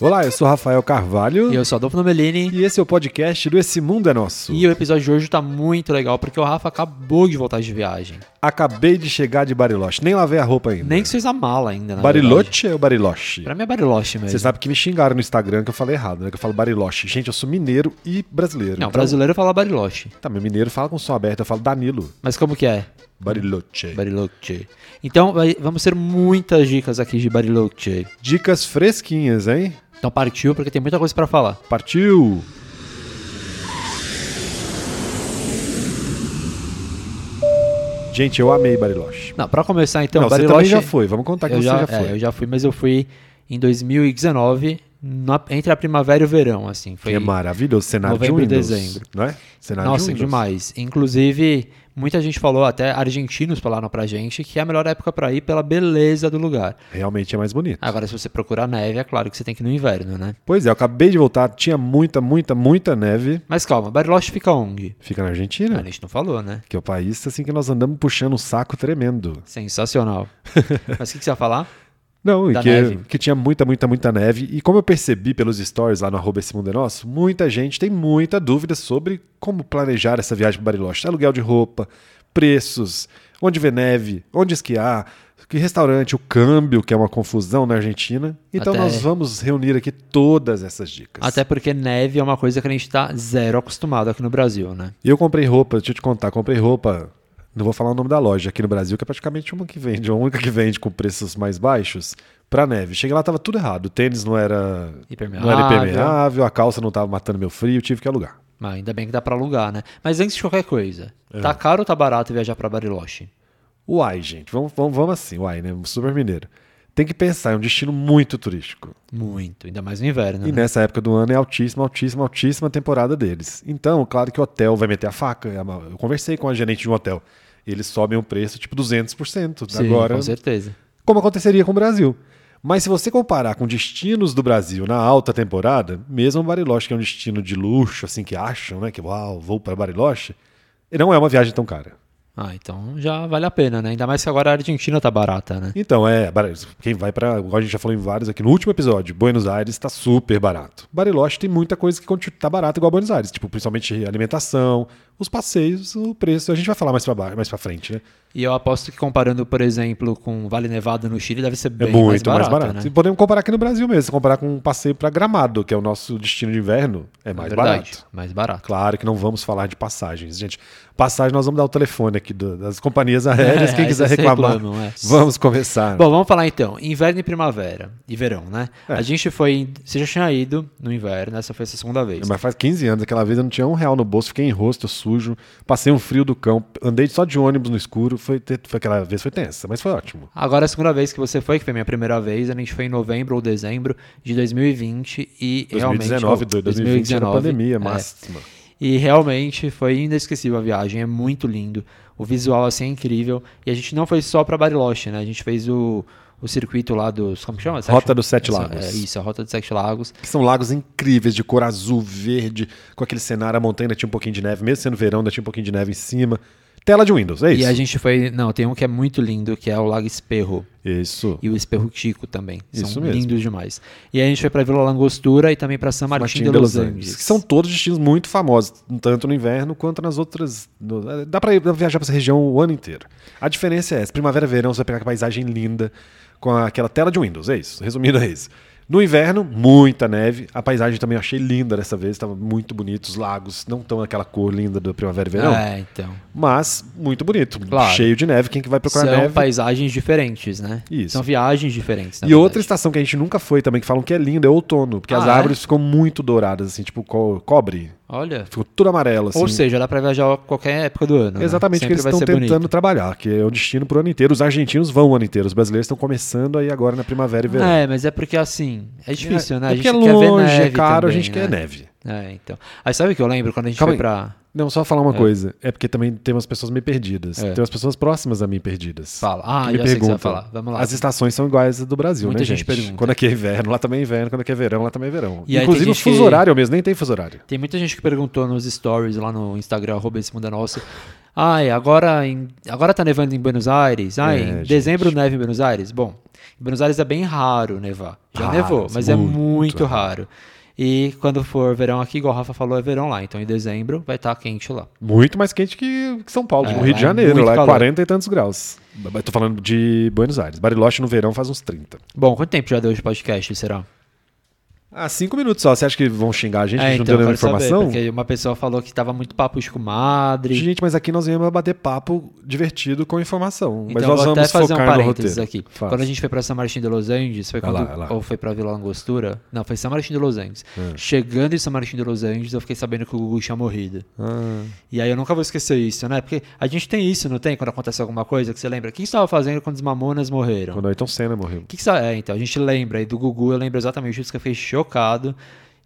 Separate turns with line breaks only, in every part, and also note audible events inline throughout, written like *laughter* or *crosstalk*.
Olá, eu sou Rafael Carvalho
E eu sou Adolfo Nomelini.
e esse é o podcast do Esse Mundo é Nosso.
E o episódio de hoje tá muito legal, porque o Rafa acabou de voltar de viagem.
Acabei de chegar de Bariloche, nem lavei a roupa ainda.
Nem que você usa mala ainda, na verdade.
Bariloche ou Bariloche?
Pra mim é Bariloche mesmo.
Você sabe que me xingaram no Instagram que eu falei errado, né? Que eu falo Bariloche. Gente, eu sou mineiro e brasileiro.
Não,
então-
brasileiro fala Bariloche.
Tá, meu mineiro fala com som aberto, eu falo Danilo.
Mas como que é?
Bariloche.
Bariloche. Então, vai- vamos ter muitas dicas aqui de Bariloche.
Dicas fresquinhas, hein?
Então partiu, porque tem muita coisa pra falar.
Partiu! Gente, eu amei Bariloche.
Não, pra começar então,
Não, você
Bariloche...
também já foi, vamos contar que
eu
você
já,
já
é,
foi.
eu já fui, mas eu fui em 2019, na- entre a primavera e o verão, assim. Foi
Que é maravilhoso, cenário
novembro e
de Windows,
dezembro.
não é? Cenário
Nossa,
de Windows.
demais. Inclusive, muita gente falou, até argentinos falaram pra gente, que é a melhor época pra ir pela beleza do lugar.
Realmente é mais bonito.
Agora, se você procurar neve, é claro que você tem que ir no inverno, né?
Pois é, eu acabei de voltar, tinha muita, muita, muita neve.
Mas calma, Bariloche fica onde?
Fica na
A
Argentina,
gente não falou, né?
que é o país assim que nós andamos puxando um saco tremendo. *laughs*
Sensacional. Mas o que, que você ia falar?
Não, e
Da
que,
neve.
que tinha muita, muita, muita neve. E como eu percebi pelos stories lá no arroba Esse Mundo é Nosso, muita gente tem muita dúvida sobre como planejar essa viagem para Bariloche. Aluguel de roupa, preços, onde ver neve, onde esquiar, que restaurante, o câmbio, que é uma confusão na Argentina. Então
Até-
nós vamos reunir aqui todas essas dicas.
Até porque neve é uma coisa que a gente tá zero acostumado aqui no Brasil, né?
E eu comprei roupa, deixa eu te contar, comprei roupa. Não vou falar o nome da loja aqui no Brasil, que é praticamente uma que vende, a única que vende com preços mais baixos pra neve. Cheguei lá, tava tudo errado. O tênis não era.
Hipermeável.
Não era impermeável, a calça não tava matando meu frio, tive que alugar.
Mas ainda bem que dá pra alugar, né? Mas antes de qualquer coisa,
É.
tá caro ou tá barato viajar pra Bariloche?
Uai, gente, vamos, vamos, vamos assim, uai, né? Super mineiro. Tem que pensar, é um destino muito turístico.
Muito, ainda mais no inverno,
E
né?
nessa época do ano é altíssima, altíssima, altíssima temporada deles. Então, claro que o hotel vai meter a faca. é Eu conversei com a gerente de um hotel. Eles sobem o preço tipo 200%.
Sim,
Agora,
com certeza.
como aconteceria com o Brasil. Mas se você comparar com destinos do Brasil na alta temporada, mesmo Bariloche, que é um destino de luxo, assim que acham, né? Que uau, vou para Bariloche, não é uma viagem tão cara.
Ah, então já vale a pena, né? Ainda mais que agora a Argentina tá barata, né?
Então, é, Bar- quem vai para, igual a gente já falou em vários aqui no último episódio, Buenos Aires está super barato. Bariloche tem muita coisa que continu- tá barata igual a Buenos Aires, tipo, principalmente alimentação, os passeios, o preço, a gente vai falar mais para mais para frente, né?
E eu aposto que comparando, por exemplo, com Vale Nevado no Chile, deve ser
É
bem
muito mais barato. E
né?
podemos comparar aqui no Brasil mesmo. Se comparar com um passeio para Gramado, que é o nosso destino de inverno, é mais
Verdade,
barato.
Mais barato.
Claro que não vamos falar de passagens, gente. Passagem, nós vamos dar o telefone aqui do- das companhias aéreas.
*laughs* É,
quem
aí
quiser
vocês
reclamar,
reclamam, é.
vamos né? começar.
Bom, vamos falar então. Inverno e primavera. E verão, né?
É.
A gente foi. em- Você já tinha ido no inverno, essa foi a segunda vez.
Mas faz 15 anos, aquela vez eu não tinha um real no bolso, fiquei em rosto sujo, passei um frio do cão, andei só de ônibus no escuro. Foi, te- foi aquela vez foi tensa, mas foi ótimo.
Agora, a segunda vez que você foi, que foi a minha primeira vez, a gente foi em novembro ou dezembro de 2020 e realmente.
2019, 2020 era pandemia,
é.
máxima.
E realmente foi inesquecível a viagem, é muito lindo. O visual assim é incrível. E a gente não foi só pra Bariloche, né? A gente fez o, o circuito lá dos. Como que chama?
Rota dos Sete Lagos.
É, isso, a Rota dos Sete Lagos.
Que são lagos incríveis, de cor azul, verde, com aquele cenário, a montanha ainda tinha um pouquinho de neve, mesmo sendo verão, ainda tinha um pouquinho de neve em cima. Tela de Windows, é isso?
E a gente foi. Não, tem um que é muito lindo, que é o Lago Esperro.
Isso.
E o Esperro Tico também. São
Isso mesmo.
lindos demais. E aí a gente foi pra Vila Langostura e também pra San Martín, de Los Angeles.
Que são todos destinos muito famosos, tanto no inverno quanto nas outras. no- dá pra ir- dá pra viajar pra essa região o ano inteiro. A diferença é essa: primavera e verão, você vai pegar aquela paisagem linda com aquela tela de Windows. É isso. Resumindo, é isso. No inverno, muita neve. A paisagem também eu achei linda dessa vez, estava muito bonito. Os lagos não estão aquela cor linda da primavera e verão,
É, então.
mas muito bonito.
Claro. é um
Cheio de neve. Quem que vai procurar
São
neve?
paisagens diferentes, né?
Isso.
São viagens diferentes. na
E
verdade.
outra estação que a gente nunca foi também, que falam que é linda, é outono, porque
Ah,
as
é?
árvores ficam muito douradas, assim, tipo co- cobre.
Olha.
Ficou tudo amarelo, assim.
Ou seja, dá pra viajar a qualquer época do ano. né?
Exatamente o que
Sempre
eles
vai
estão
ser
tentando
bonito.
trabalhar, que é o destino pro ano inteiro. Os argentinos vão o ano inteiro, os brasileiros estão começando aí agora na primavera e verão.
É, mas é porque assim, é difícil, né?
É
A gente
porque é
quer ver
longe,
neve
é caro,
também,
a gente quer
né?
neve.
É, então. Aí sabe o que eu lembro quando a gente
Calma
foi pra.
Não, só falar uma coisa, é porque também tem umas pessoas meio perdidas.
É.
Tem umas pessoas próximas a mim perdidas.
Fala. Ah,
que
já
me
sei o que você
perguntam.
vai falar. Vamos lá.
As estações são iguais às do Brasil,
Muita
né,
gente
gente?
pergunta.
Quando aqui é inverno, lá também é inverno. Quando aqui é verão, lá também é verão.
E aí tem
Inclusive o
gente
fuso
que-
horário mesmo, nem tem fuso horário.
Tem muita gente que perguntou nos stories lá no Instagram, arroba esse mundo é nosso. Ai, agora, em, agora tá nevando em Buenos Aires. Ai,
É,
em
gente.
dezembro neva em Buenos Aires. Bom, em Buenos Aires é bem raro nevar. Já
Raro,
nevou, mas é
Ah, muito
muito raro. E quando for verão aqui, igual o Rafa falou, é verão lá. Então em dezembro vai estar quente lá.
Muito mais quente que que São Paulo,
É,
no Rio
lá
de
é
Janeiro,
muito
lá é
calor.
40 e tantos graus. Eu tô falando de Buenos Aires. Bariloche no verão faz uns 30.
Bom, quanto tempo já deu de podcast, será?
Ah, cinco minutos só. Você acha que vão xingar a gente? a
é,
gente
então,
não deu
eu
nenhuma
quero saber,
informação?
porque uma pessoa falou que tava muito papo de comadre.
Gente, mas aqui nós viemos bater papo divertido com informação. mas
Então,
nós
vou
vamos
até fazer um
focar no
parênteses
roteiro.
aqui.
Faz.
Quando a gente foi pra San Martín de Los Angeles, foi
Vai
quando,
lá, vai lá. É.
ou foi pra Vila Angostura? Não, foi San Martín de Los Angeles. Chegando em San Martín de Los Angeles, eu fiquei sabendo que o Gugu tinha morrido.
Ah,
E aí eu nunca vou esquecer isso, né? Porque a gente tem isso, não tem? Quando acontece alguma coisa que você lembra. O que estava fazendo quando os mamonas morreram?
quando o Ayrton Senna morreu.
O que, que sa- É, então, a gente lembra aí do Gugu, eu lembro exatamente disso que eu fiquei chocado.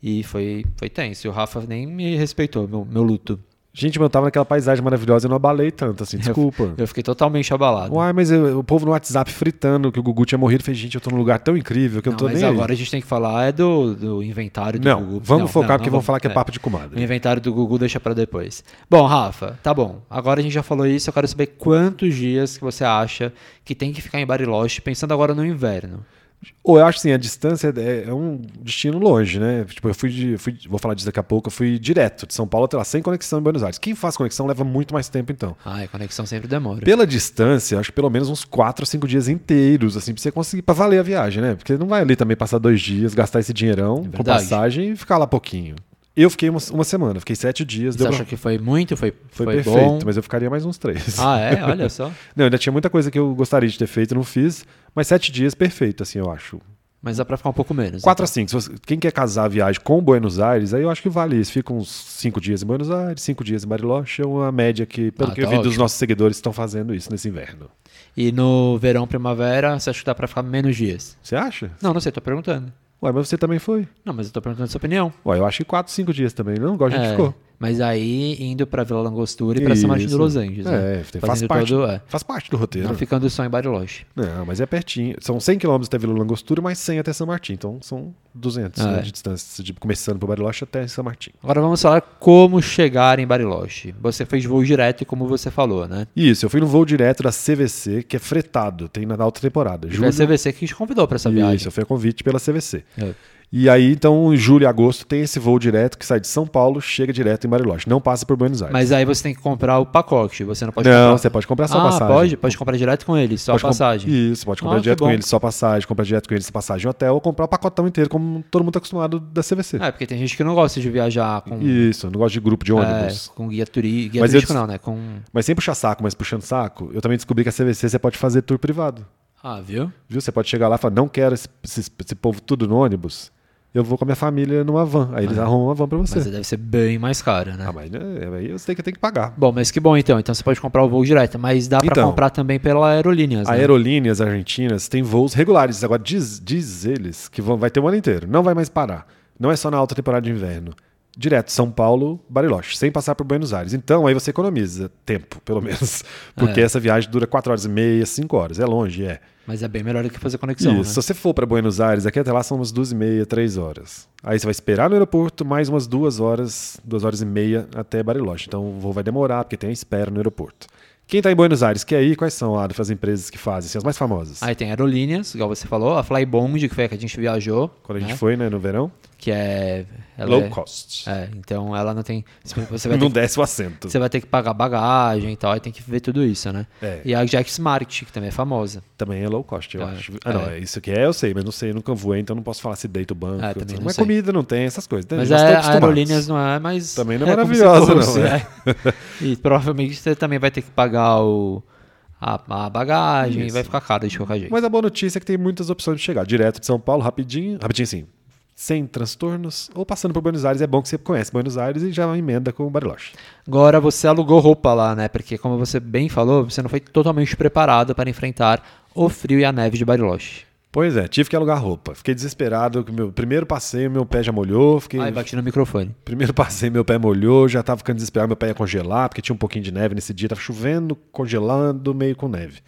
E foi, foi tenso. E o Rafa nem me respeitou, meu, meu luto.
Gente, mas eu tava naquela paisagem maravilhosa e não abalei tanto, assim. Desculpa.
*laughs* Eu fiquei totalmente abalado.
Uai, mas eu- o povo no WhatsApp fritando que o Gugu tinha morrido. Falei, gente, eu tô num lugar tão incrível que eu
Não,
não tô
mas
nem aí.
agora a gente tem que falar é do, do inventário do
Não,
Gugu.
vamos
Não,
focar
não,
porque
não
vão falar que é, papo de
O
comadre.
inventário do Gugu deixa pra depois. Bom, Rafa, tá bom. Agora a gente já falou isso, eu quero saber quantos dias que você acha que tem que ficar em Bariloche, pensando agora no inverno.
Ou eu acho assim, a distância é, é um destino longe, né? Tipo, eu fui, de, fui- vou falar disso daqui a pouco, eu fui direto de São Paulo até lá, sem conexão em Buenos Aires. Quem faz conexão leva muito mais tempo, então.
Ai, Ah, a conexão sempre demora.
Pela distância, acho que pelo menos uns 4 ou 5 dias inteiros, assim, pra você conseguir, pra valer a viagem, né? Porque não vai ali também passar dois dias, gastar esse dinheirão com
verdade.
passagem e ficar lá pouquinho. Eu fiquei uma, uma semana, fiquei sete dias,
você
deu
acha
pra-
que foi muito? Foi,
foi,
foi
perfeito,
bom?
mas eu ficaria mais uns três.
Ah,
*laughs*
é? Olha só.
Não, ainda tinha muita coisa que eu gostaria de ter feito, não fiz, mas sete dias perfeito, assim, eu acho.
Mas dá pra ficar um pouco menos. né?
4 a 5. Quem quer casar a viagem com Buenos Aires, aí eu acho que vale isso. Fica uns 5 dias em Buenos Aires, 5 dias em Bariloche. É uma média que, pelo
Ah,
que
tá
eu vi dos
ótimo.
nossos seguidores, estão fazendo isso nesse inverno.
E no verão, primavera, você acha que dá pra ficar menos dias?
Você acha?
Não, não sei, tô perguntando.
Ué, mas você também foi?
Não, mas eu tô perguntando a sua opinião.
Ué, eu acho que 4, 5 dias também, não? Igual a gente
É,
ficou.
Mas aí, indo pra Vila Langostura e pra São Martin de
Isso.
Los Angeles, né?
É, tem- faz
Fazendo
parte,
todo- é.
faz parte do roteiro.
Não
Não,
ficando só em Bariloche.
mas é pertinho. São 100 quilômetros até Vila Langostura, mais 100 até São Martim. Então são 200
Ah,
né,
é.
de distância, de, começando por Bariloche até São Martim.
Agora vamos falar como chegar em Bariloche. Você fez voo direto, como você falou, né?
Isso, eu fui no voo direto da CVC, que é fretado, tem na alta temporada.
Foi a CVC que te convidou pra essa
Isso,
viagem.
foi a convite pela CVC.
É.
E aí, então, em julho e agosto tem esse voo direto que sai de São Paulo, chega direto em Bariloche. Não passa por Buenos Aires.
Mas aí você tem que comprar o pacote. Você não pode
não,
comprar.
você pode comprar só
ah,
passagem.
pode? Pode comprar direto com ele, só
Pode
a
com-
passagem.
Isso, pode comprar
Ah, que
direto com
bom.
ele só passagem, comprar direto com ele só passagem em hotel, ou comprar o pacotão inteiro, como todo mundo está acostumado da CVC.
É, porque tem gente que não gosta de viajar com,
Isso, eu não gosto de grupo de ônibus.
hum. é, com guia, turi... guia
Mas eu
turístico,
dis-
não, né? Com...
Mas sem puxar saco, mas puxando saco, eu também descobri que a CVC você pode fazer tour privado.
Ah, viu?
Viu? Você pode chegar lá e falar, não quero esse, esse- esse povo tudo no ônibus, eu vou com a minha família numa van. Aí eles arrumam uma van pra você.
Ah. Mas é- deve ser bem mais caro, né?
Ah, mas né, aí eu sei que eu tenho que pagar.
Bom, mas que bom então. Então você pode comprar o voo direto, mas dá pra
Então.
comprar também pela aerolíneas. né?
Aerolíneas argentinas têm voos regulares. Agora, diz, diz eles que vão, vai ter o ano inteiro. Não vai mais parar. Não é só na alta temporada de inverno. Direto, São Paulo, Bariloche, sem passar por Buenos Aires. Então, aí você economiza tempo, pelo *laughs* menos.
É.
Porque essa viagem dura 4 horas e meia, 5 horas. É longe, é.
Mas é bem melhor do que fazer
Isso.
conexão. né?
Se você for para Buenos Aires, aqui até lá são umas duas e meia, três horas. Aí você vai esperar no aeroporto mais umas duas horas, duas horas e meia até Bariloche. Então o voo vai demorar, porque tem a espera no aeroporto. Quem tá em Buenos Aires, que aí, quais são Adolfo, as empresas que fazem, assim, as mais famosas?
Aí tem aerolíneas, igual você falou, a Flybond, que foi a que a gente viajou.
Quando a gente
né?
foi, né, no verão?
Que é. ela é-
Low cost.
É, então ela não tem. Você
*laughs*
vai, ter
Não
que,
desce o assento.
você vai ter que pagar bagagem e tal, aí tem que ver tudo isso, né?
É.
E a Jack Smart, que também é famosa.
Também é low cost, eu
É,
acho. Ah, não, é. isso que é, eu sei, mas não sei, eu nunca voei, então não posso falar se deita o banco.
Ah, também não
mas
sei.
comida não tem, essas coisas. né?
Mas
Nós
é a,
estamos
a
acostumados.
aerolíneas não é mais.
Também não é
como se
maravilhosa,
fosse,
não,
né? *laughs* e provavelmente você também vai ter que pagar o, a, a bagagem,
Isso.
vai ficar caro de qualquer jeito.
Mas a boa notícia é que tem muitas opções de chegar. Direto de São Paulo, rapidinho. Rapidinho assim, sem transtornos. Ou passando por Buenos Aires, é bom que você conhece Buenos Aires e já emenda com o Bariloche.
Agora você alugou roupa lá, né? Porque, como você bem falou, você não foi totalmente preparado para enfrentar o frio e a neve de Bariloche.
Pois é, tive que alugar roupa. Fiquei desesperado. que Meu primeiro passeio, meu pé já molhou. Fiquei...
Ai, bati no microfone.
Primeiro passeio, meu pé molhou. Já tava ficando desesperado, meu pé ia congelar, porque tinha um pouquinho de neve nesse dia. Tava chovendo, congelando, meio com neve.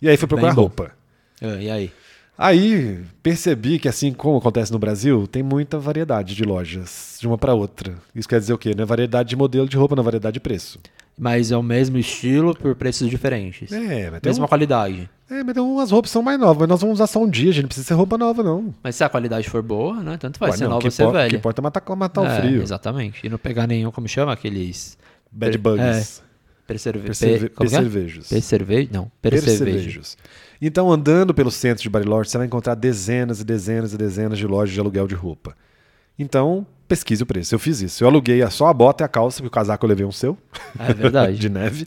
E aí fui procurar
bom.
roupa.
Ah, e aí?
Aí percebi que, assim como acontece no Brasil, tem muita variedade de lojas, de uma para outra. Isso quer dizer o quê? Não é variedade de modelo de roupa, não é variedade de preço.
mas é o mesmo estilo por preços diferentes.
É, mas tem,
Mesma qualidade.
um, é, mas tem umas roupas que são mais novas, mas nós vamos usar só um dia, gente. Não precisa ser roupa nova, não.
Mas se a qualidade for boa, né? Tanto faz,
Ué,
ser
não,
nova
que
ou ser
importa-
velha.
que importa é matar, matar
É,
o frio.
Exatamente. E não pegar nenhum, como chama? Aqueles.
Bad
Per-
bugs.
Percerve...
Percerve-
pe- é. como que é?
Percervejos.
Percerve... Não, percevejo.
Percevejos. Então, andando pelo centro de Bariloche, você vai encontrar dezenas e dezenas e dezenas de lojas de aluguel de roupa. Então, pesquise o preço. Eu fiz isso. Eu aluguei a- só a bota e a calça, porque o casaco eu levei um seu,
É
*laughs*
verdade.
de neve.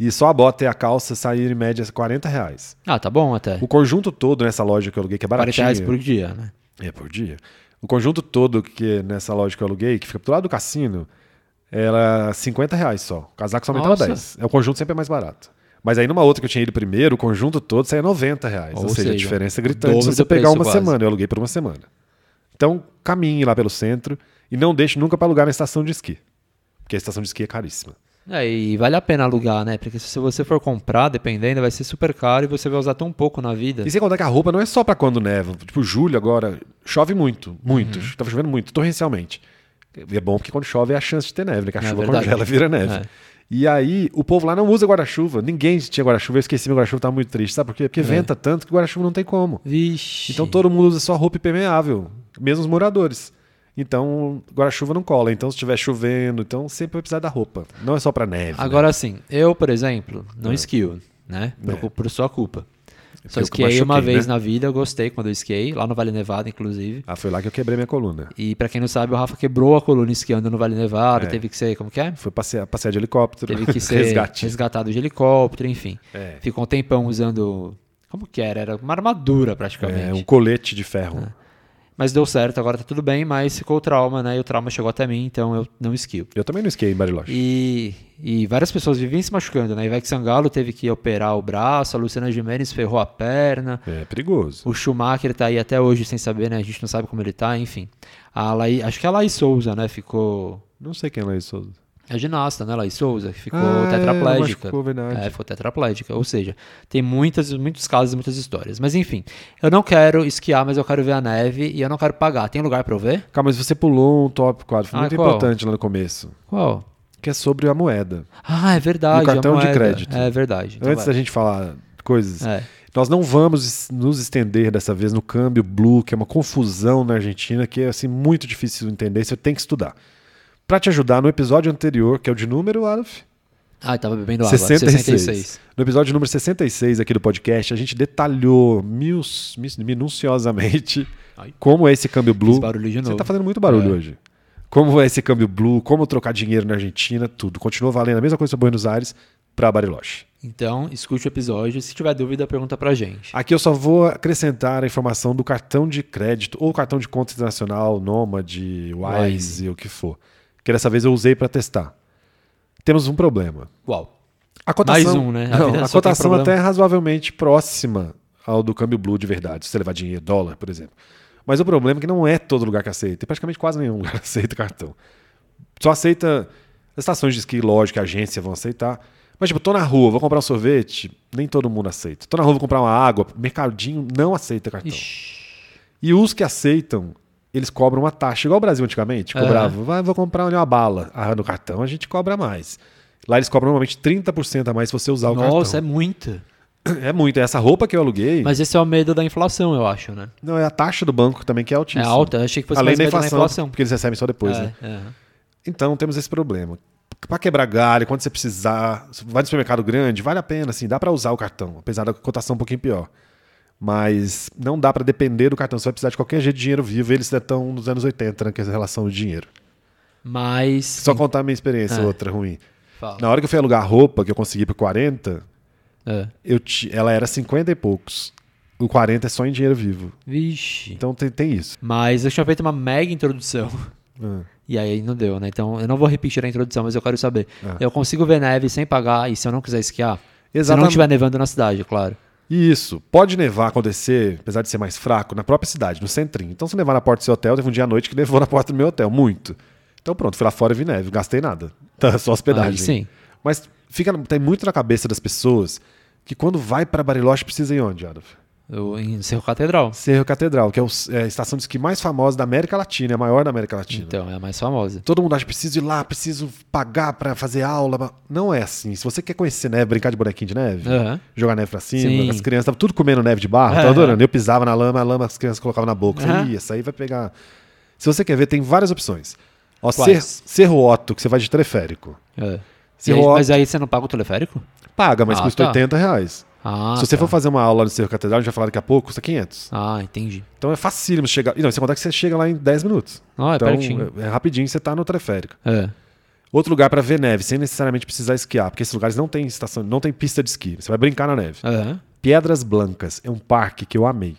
E só a bota e a calça saíram em média 40 reais.
ah, tá bom até.
O conjunto todo nessa loja que eu aluguei, que é
40
baratinho.
reais por dia, né?
É por dia. O conjunto todo que nessa loja que eu aluguei, que fica do lado do cassino, era 50 reais só. O casaco só aumentava
Nossa.
10. É, O conjunto sempre é mais barato. Mas aí numa outra que eu tinha ido primeiro, o conjunto todo saía 90 reais. Ou,
Ou
seja, a
seja,
diferença é
dobro
gritante se
do
você pegar
preço
uma
quase.
semana. Eu aluguei por uma semana. Então caminhe lá pelo centro e não deixe nunca para alugar na estação de esqui. Porque a estação de esqui é caríssima.
É, e vale a pena alugar, né? Porque se você for comprar, dependendo, vai ser super caro e você vai usar tão pouco na vida.
E sem contar que a roupa não é só pra quando neva. Tipo, julho agora, chove muito, muito.
Uhum.
Tava chovendo muito, torrencialmente. E é bom porque quando chove é a chance de ter neve, né? Que a
É
chuva
verdade.
congela, vira neve.
É.
E aí, o povo lá não usa guarda-chuva. Ninguém tinha guarda-chuva. Eu esqueci meu guarda-chuva, tava muito triste. Sabe por quê?
É.
Porque venta tanto que guarda-chuva não tem como.
Vixe.
Então todo mundo usa só roupa impermeável, mesmo os moradores. Então, guarda-chuva não cola. Então, se estiver chovendo, então sempre vai precisar da roupa. Não é só pra neve.
Agora sim, eu, por exemplo,
É.
não esquio, né? Por, cu- por sua culpa. Só
eu
esquiei
machuquei,
uma vez
né?
na vida, eu gostei quando eu esquiei, lá no Vale Nevado, inclusive.
né? Ah, foi lá que eu quebrei minha coluna.
E pra quem não sabe, o Rafa quebrou a coluna esquiando no Vale Nevado, teve que ser, como que é?
Foi passear, passear de helicóptero.
Teve
*laughs*
que ser
Resgate.
resgatado de helicóptero, enfim.
É.
Ficou um tempão usando, como que era? Era uma armadura praticamente.
É, um colete de ferro.
Mas deu certo, agora tá tudo bem, mas ficou o trauma, né? E o trauma chegou até mim, então eu não esquio.
Eu também não esquei em Bariloche.
E, e várias pessoas viviam se machucando, né? Ivete Sangalo teve que operar o braço, a Luciana Gimenez ferrou a perna,
É perigoso.
o Schumacher tá aí até hoje sem saber, né? A gente não sabe como ele tá, enfim. A Laí, acho que a Laís Souza, né? Ficou.
Não sei quem é Laís Souza.
A ginasta, né? Laís Souza, que ficou
Ah, é, ela
tetraplégica.
machucou, verdade.
É, ficou tetraplégica. Ou seja, tem muitas, muitos casos, muitas histórias. Mas enfim, eu não quero esquiar, mas eu quero ver a neve e eu não quero pagar. Tem lugar pra eu ver?
Calma, mas você pulou um tópico, claro, foi
Ah,
muito
qual?
importante lá no começo,
Qual?
que é sobre a moeda.
Ah, é
No
verdade.
cartão
a
de
moeda.
crédito.
É verdade. Então
Antes
vai.
da gente falar coisas,
É.
nós não vamos es- nos estender dessa vez no câmbio blue, que é uma confusão na Argentina, que é assim muito difícil de entender, você tem que estudar. Pra te ajudar, no episódio anterior, que é o de número, Aleph,
Ah, tava bebendo água.
66.
66.
No episódio número 66 aqui do podcast, a gente detalhou mil, mis- minuciosamente
Ai.
como é esse câmbio blue.
Fiz barulho de
Você
novo.
tá fazendo muito barulho
É.
hoje. Como é esse câmbio blue, como trocar dinheiro na Argentina, tudo. Continua valendo a mesma coisa para Buenos Aires para Bariloche.
Então, escute o episódio. Se tiver dúvida, pergunta pra gente.
Aqui eu só vou acrescentar a informação do cartão de crédito ou cartão de conta internacional, Nômade, Wise, o que for. Que dessa vez eu usei para testar. Temos um problema.
Uau.
A cotação,
Mais um, né? A
Não,
vida
a
só tem
cotação
problema.
até é razoavelmente próxima ao do câmbio blue de verdade, se você levar dinheiro, dólar, por exemplo. Mas o problema é que não é todo lugar que aceita. E praticamente quase nenhum *laughs* lugar aceita cartão. Só aceita as estações de esqui, lógico, a agência vão aceitar. Mas, tipo, tô na rua, vou comprar um sorvete, nem todo mundo aceita. Tô na rua, vou comprar uma água, mercadinho não aceita cartão.
Ixi.
E os que aceitam, eles cobram uma taxa, igual o Brasil antigamente,
Aham.
cobrava, vai, vou comprar ali uma bala. Ah, no cartão a gente cobra mais. Lá eles cobram normalmente 30% a mais se você usar Tá o
Nossa, é
cartão.
muito.
*clears throat* É... muito. Essa roupa que eu aluguei,
Mas esse é o medo da inflação, eu acho, né?
não, é a taxa do banco também que é
É
altíssima.
alta. Eu achei que fosse
Além
mais
da
medo
inflação,
da inflação.
porque eles recebem só depois,
É,
né?
é.
Então temos esse problema. Pra quebrar galho, quando você precisar, vai no supermercado grande, vale a pena, assim, dá pra usar o cartão, apesar da cotação um pouquinho pior. Mas não dá pra depender do cartão, você vai precisar de qualquer jeito de dinheiro vivo, eles ainda estão nos anos 80, né, que é a relação de dinheiro.
Mas.
Só contar a minha experiência,
É.
outra ruim.
Fala.
Na hora que eu fui alugar a roupa, que eu consegui por 40,
É.
eu ti- ela era 50 e poucos. O 40 é só em dinheiro vivo.
Vixe.
Então tem, tem isso.
Mas eu tinha feito uma mega introdução.
Ah.
E aí não deu, né? Então eu não vou repetir a introdução, mas eu quero saber.
Ah.
Eu consigo ver neve sem pagar e se eu não quiser esquiar? Se eu não
Exatamente.
estiver nevando na cidade, claro.
E Isso. Pode nevar, acontecer, apesar de ser mais fraco, na própria cidade, no centrinho. Então, se nevar na porta do seu hotel, teve um dia à noite que nevou na porta do meu hotel, muito. Então, pronto, fui lá fora e vi neve, não gastei nada. *laughs* Tá, só hospedagem.
Aí sim.
Mas fica, tem muito na cabeça das pessoas que quando vai pra Bariloche precisa ir onde, Adolf?
o- em Cerro Catedral.
Cerro Catedral, que é o- é a estação de esqui mais famosa da América Latina, é a maior da América Latina.
Então, é a mais famosa.
Todo mundo acha, preciso ir lá, preciso pagar pra fazer aula. mas Não é assim. Se você quer conhecer neve, brincar de bonequinho de neve,
Aham.
jogar neve pra cima,
Sim.
as crianças estavam tudo comendo neve de barro,
É.
tava adorando. Eu pisava na lama, a lama as crianças colocavam na boca. Eu
Aham.
Falei, "Ih, essa aí vai pegar. Se você quer ver, tem várias opções. Ó, Cer
Quais?
Cerro Otto, que você vai de teleférico.
É. E
Cerro
aí-
Otto
mas aí você não paga o teleférico?
paga, mas
Ah,
custa
tá.
80 reais.
Ah,
Se você
tá.
for fazer uma aula no Cerro Catedral, a gente vai falar daqui a pouco, custa 500.
Ah, entendi.
Então é facílimo chegar. E não, você contar que você chega lá em 10 minutos.
Não, é
então
pertinho.
é, é rapidinho, você tá no teleférico.
É.
Outro lugar pra ver neve, sem necessariamente precisar esquiar, porque esses lugares não tem estação, não tem pista de esqui. Você vai brincar na neve.
Aham.
Piedras Blancas é um parque que eu amei.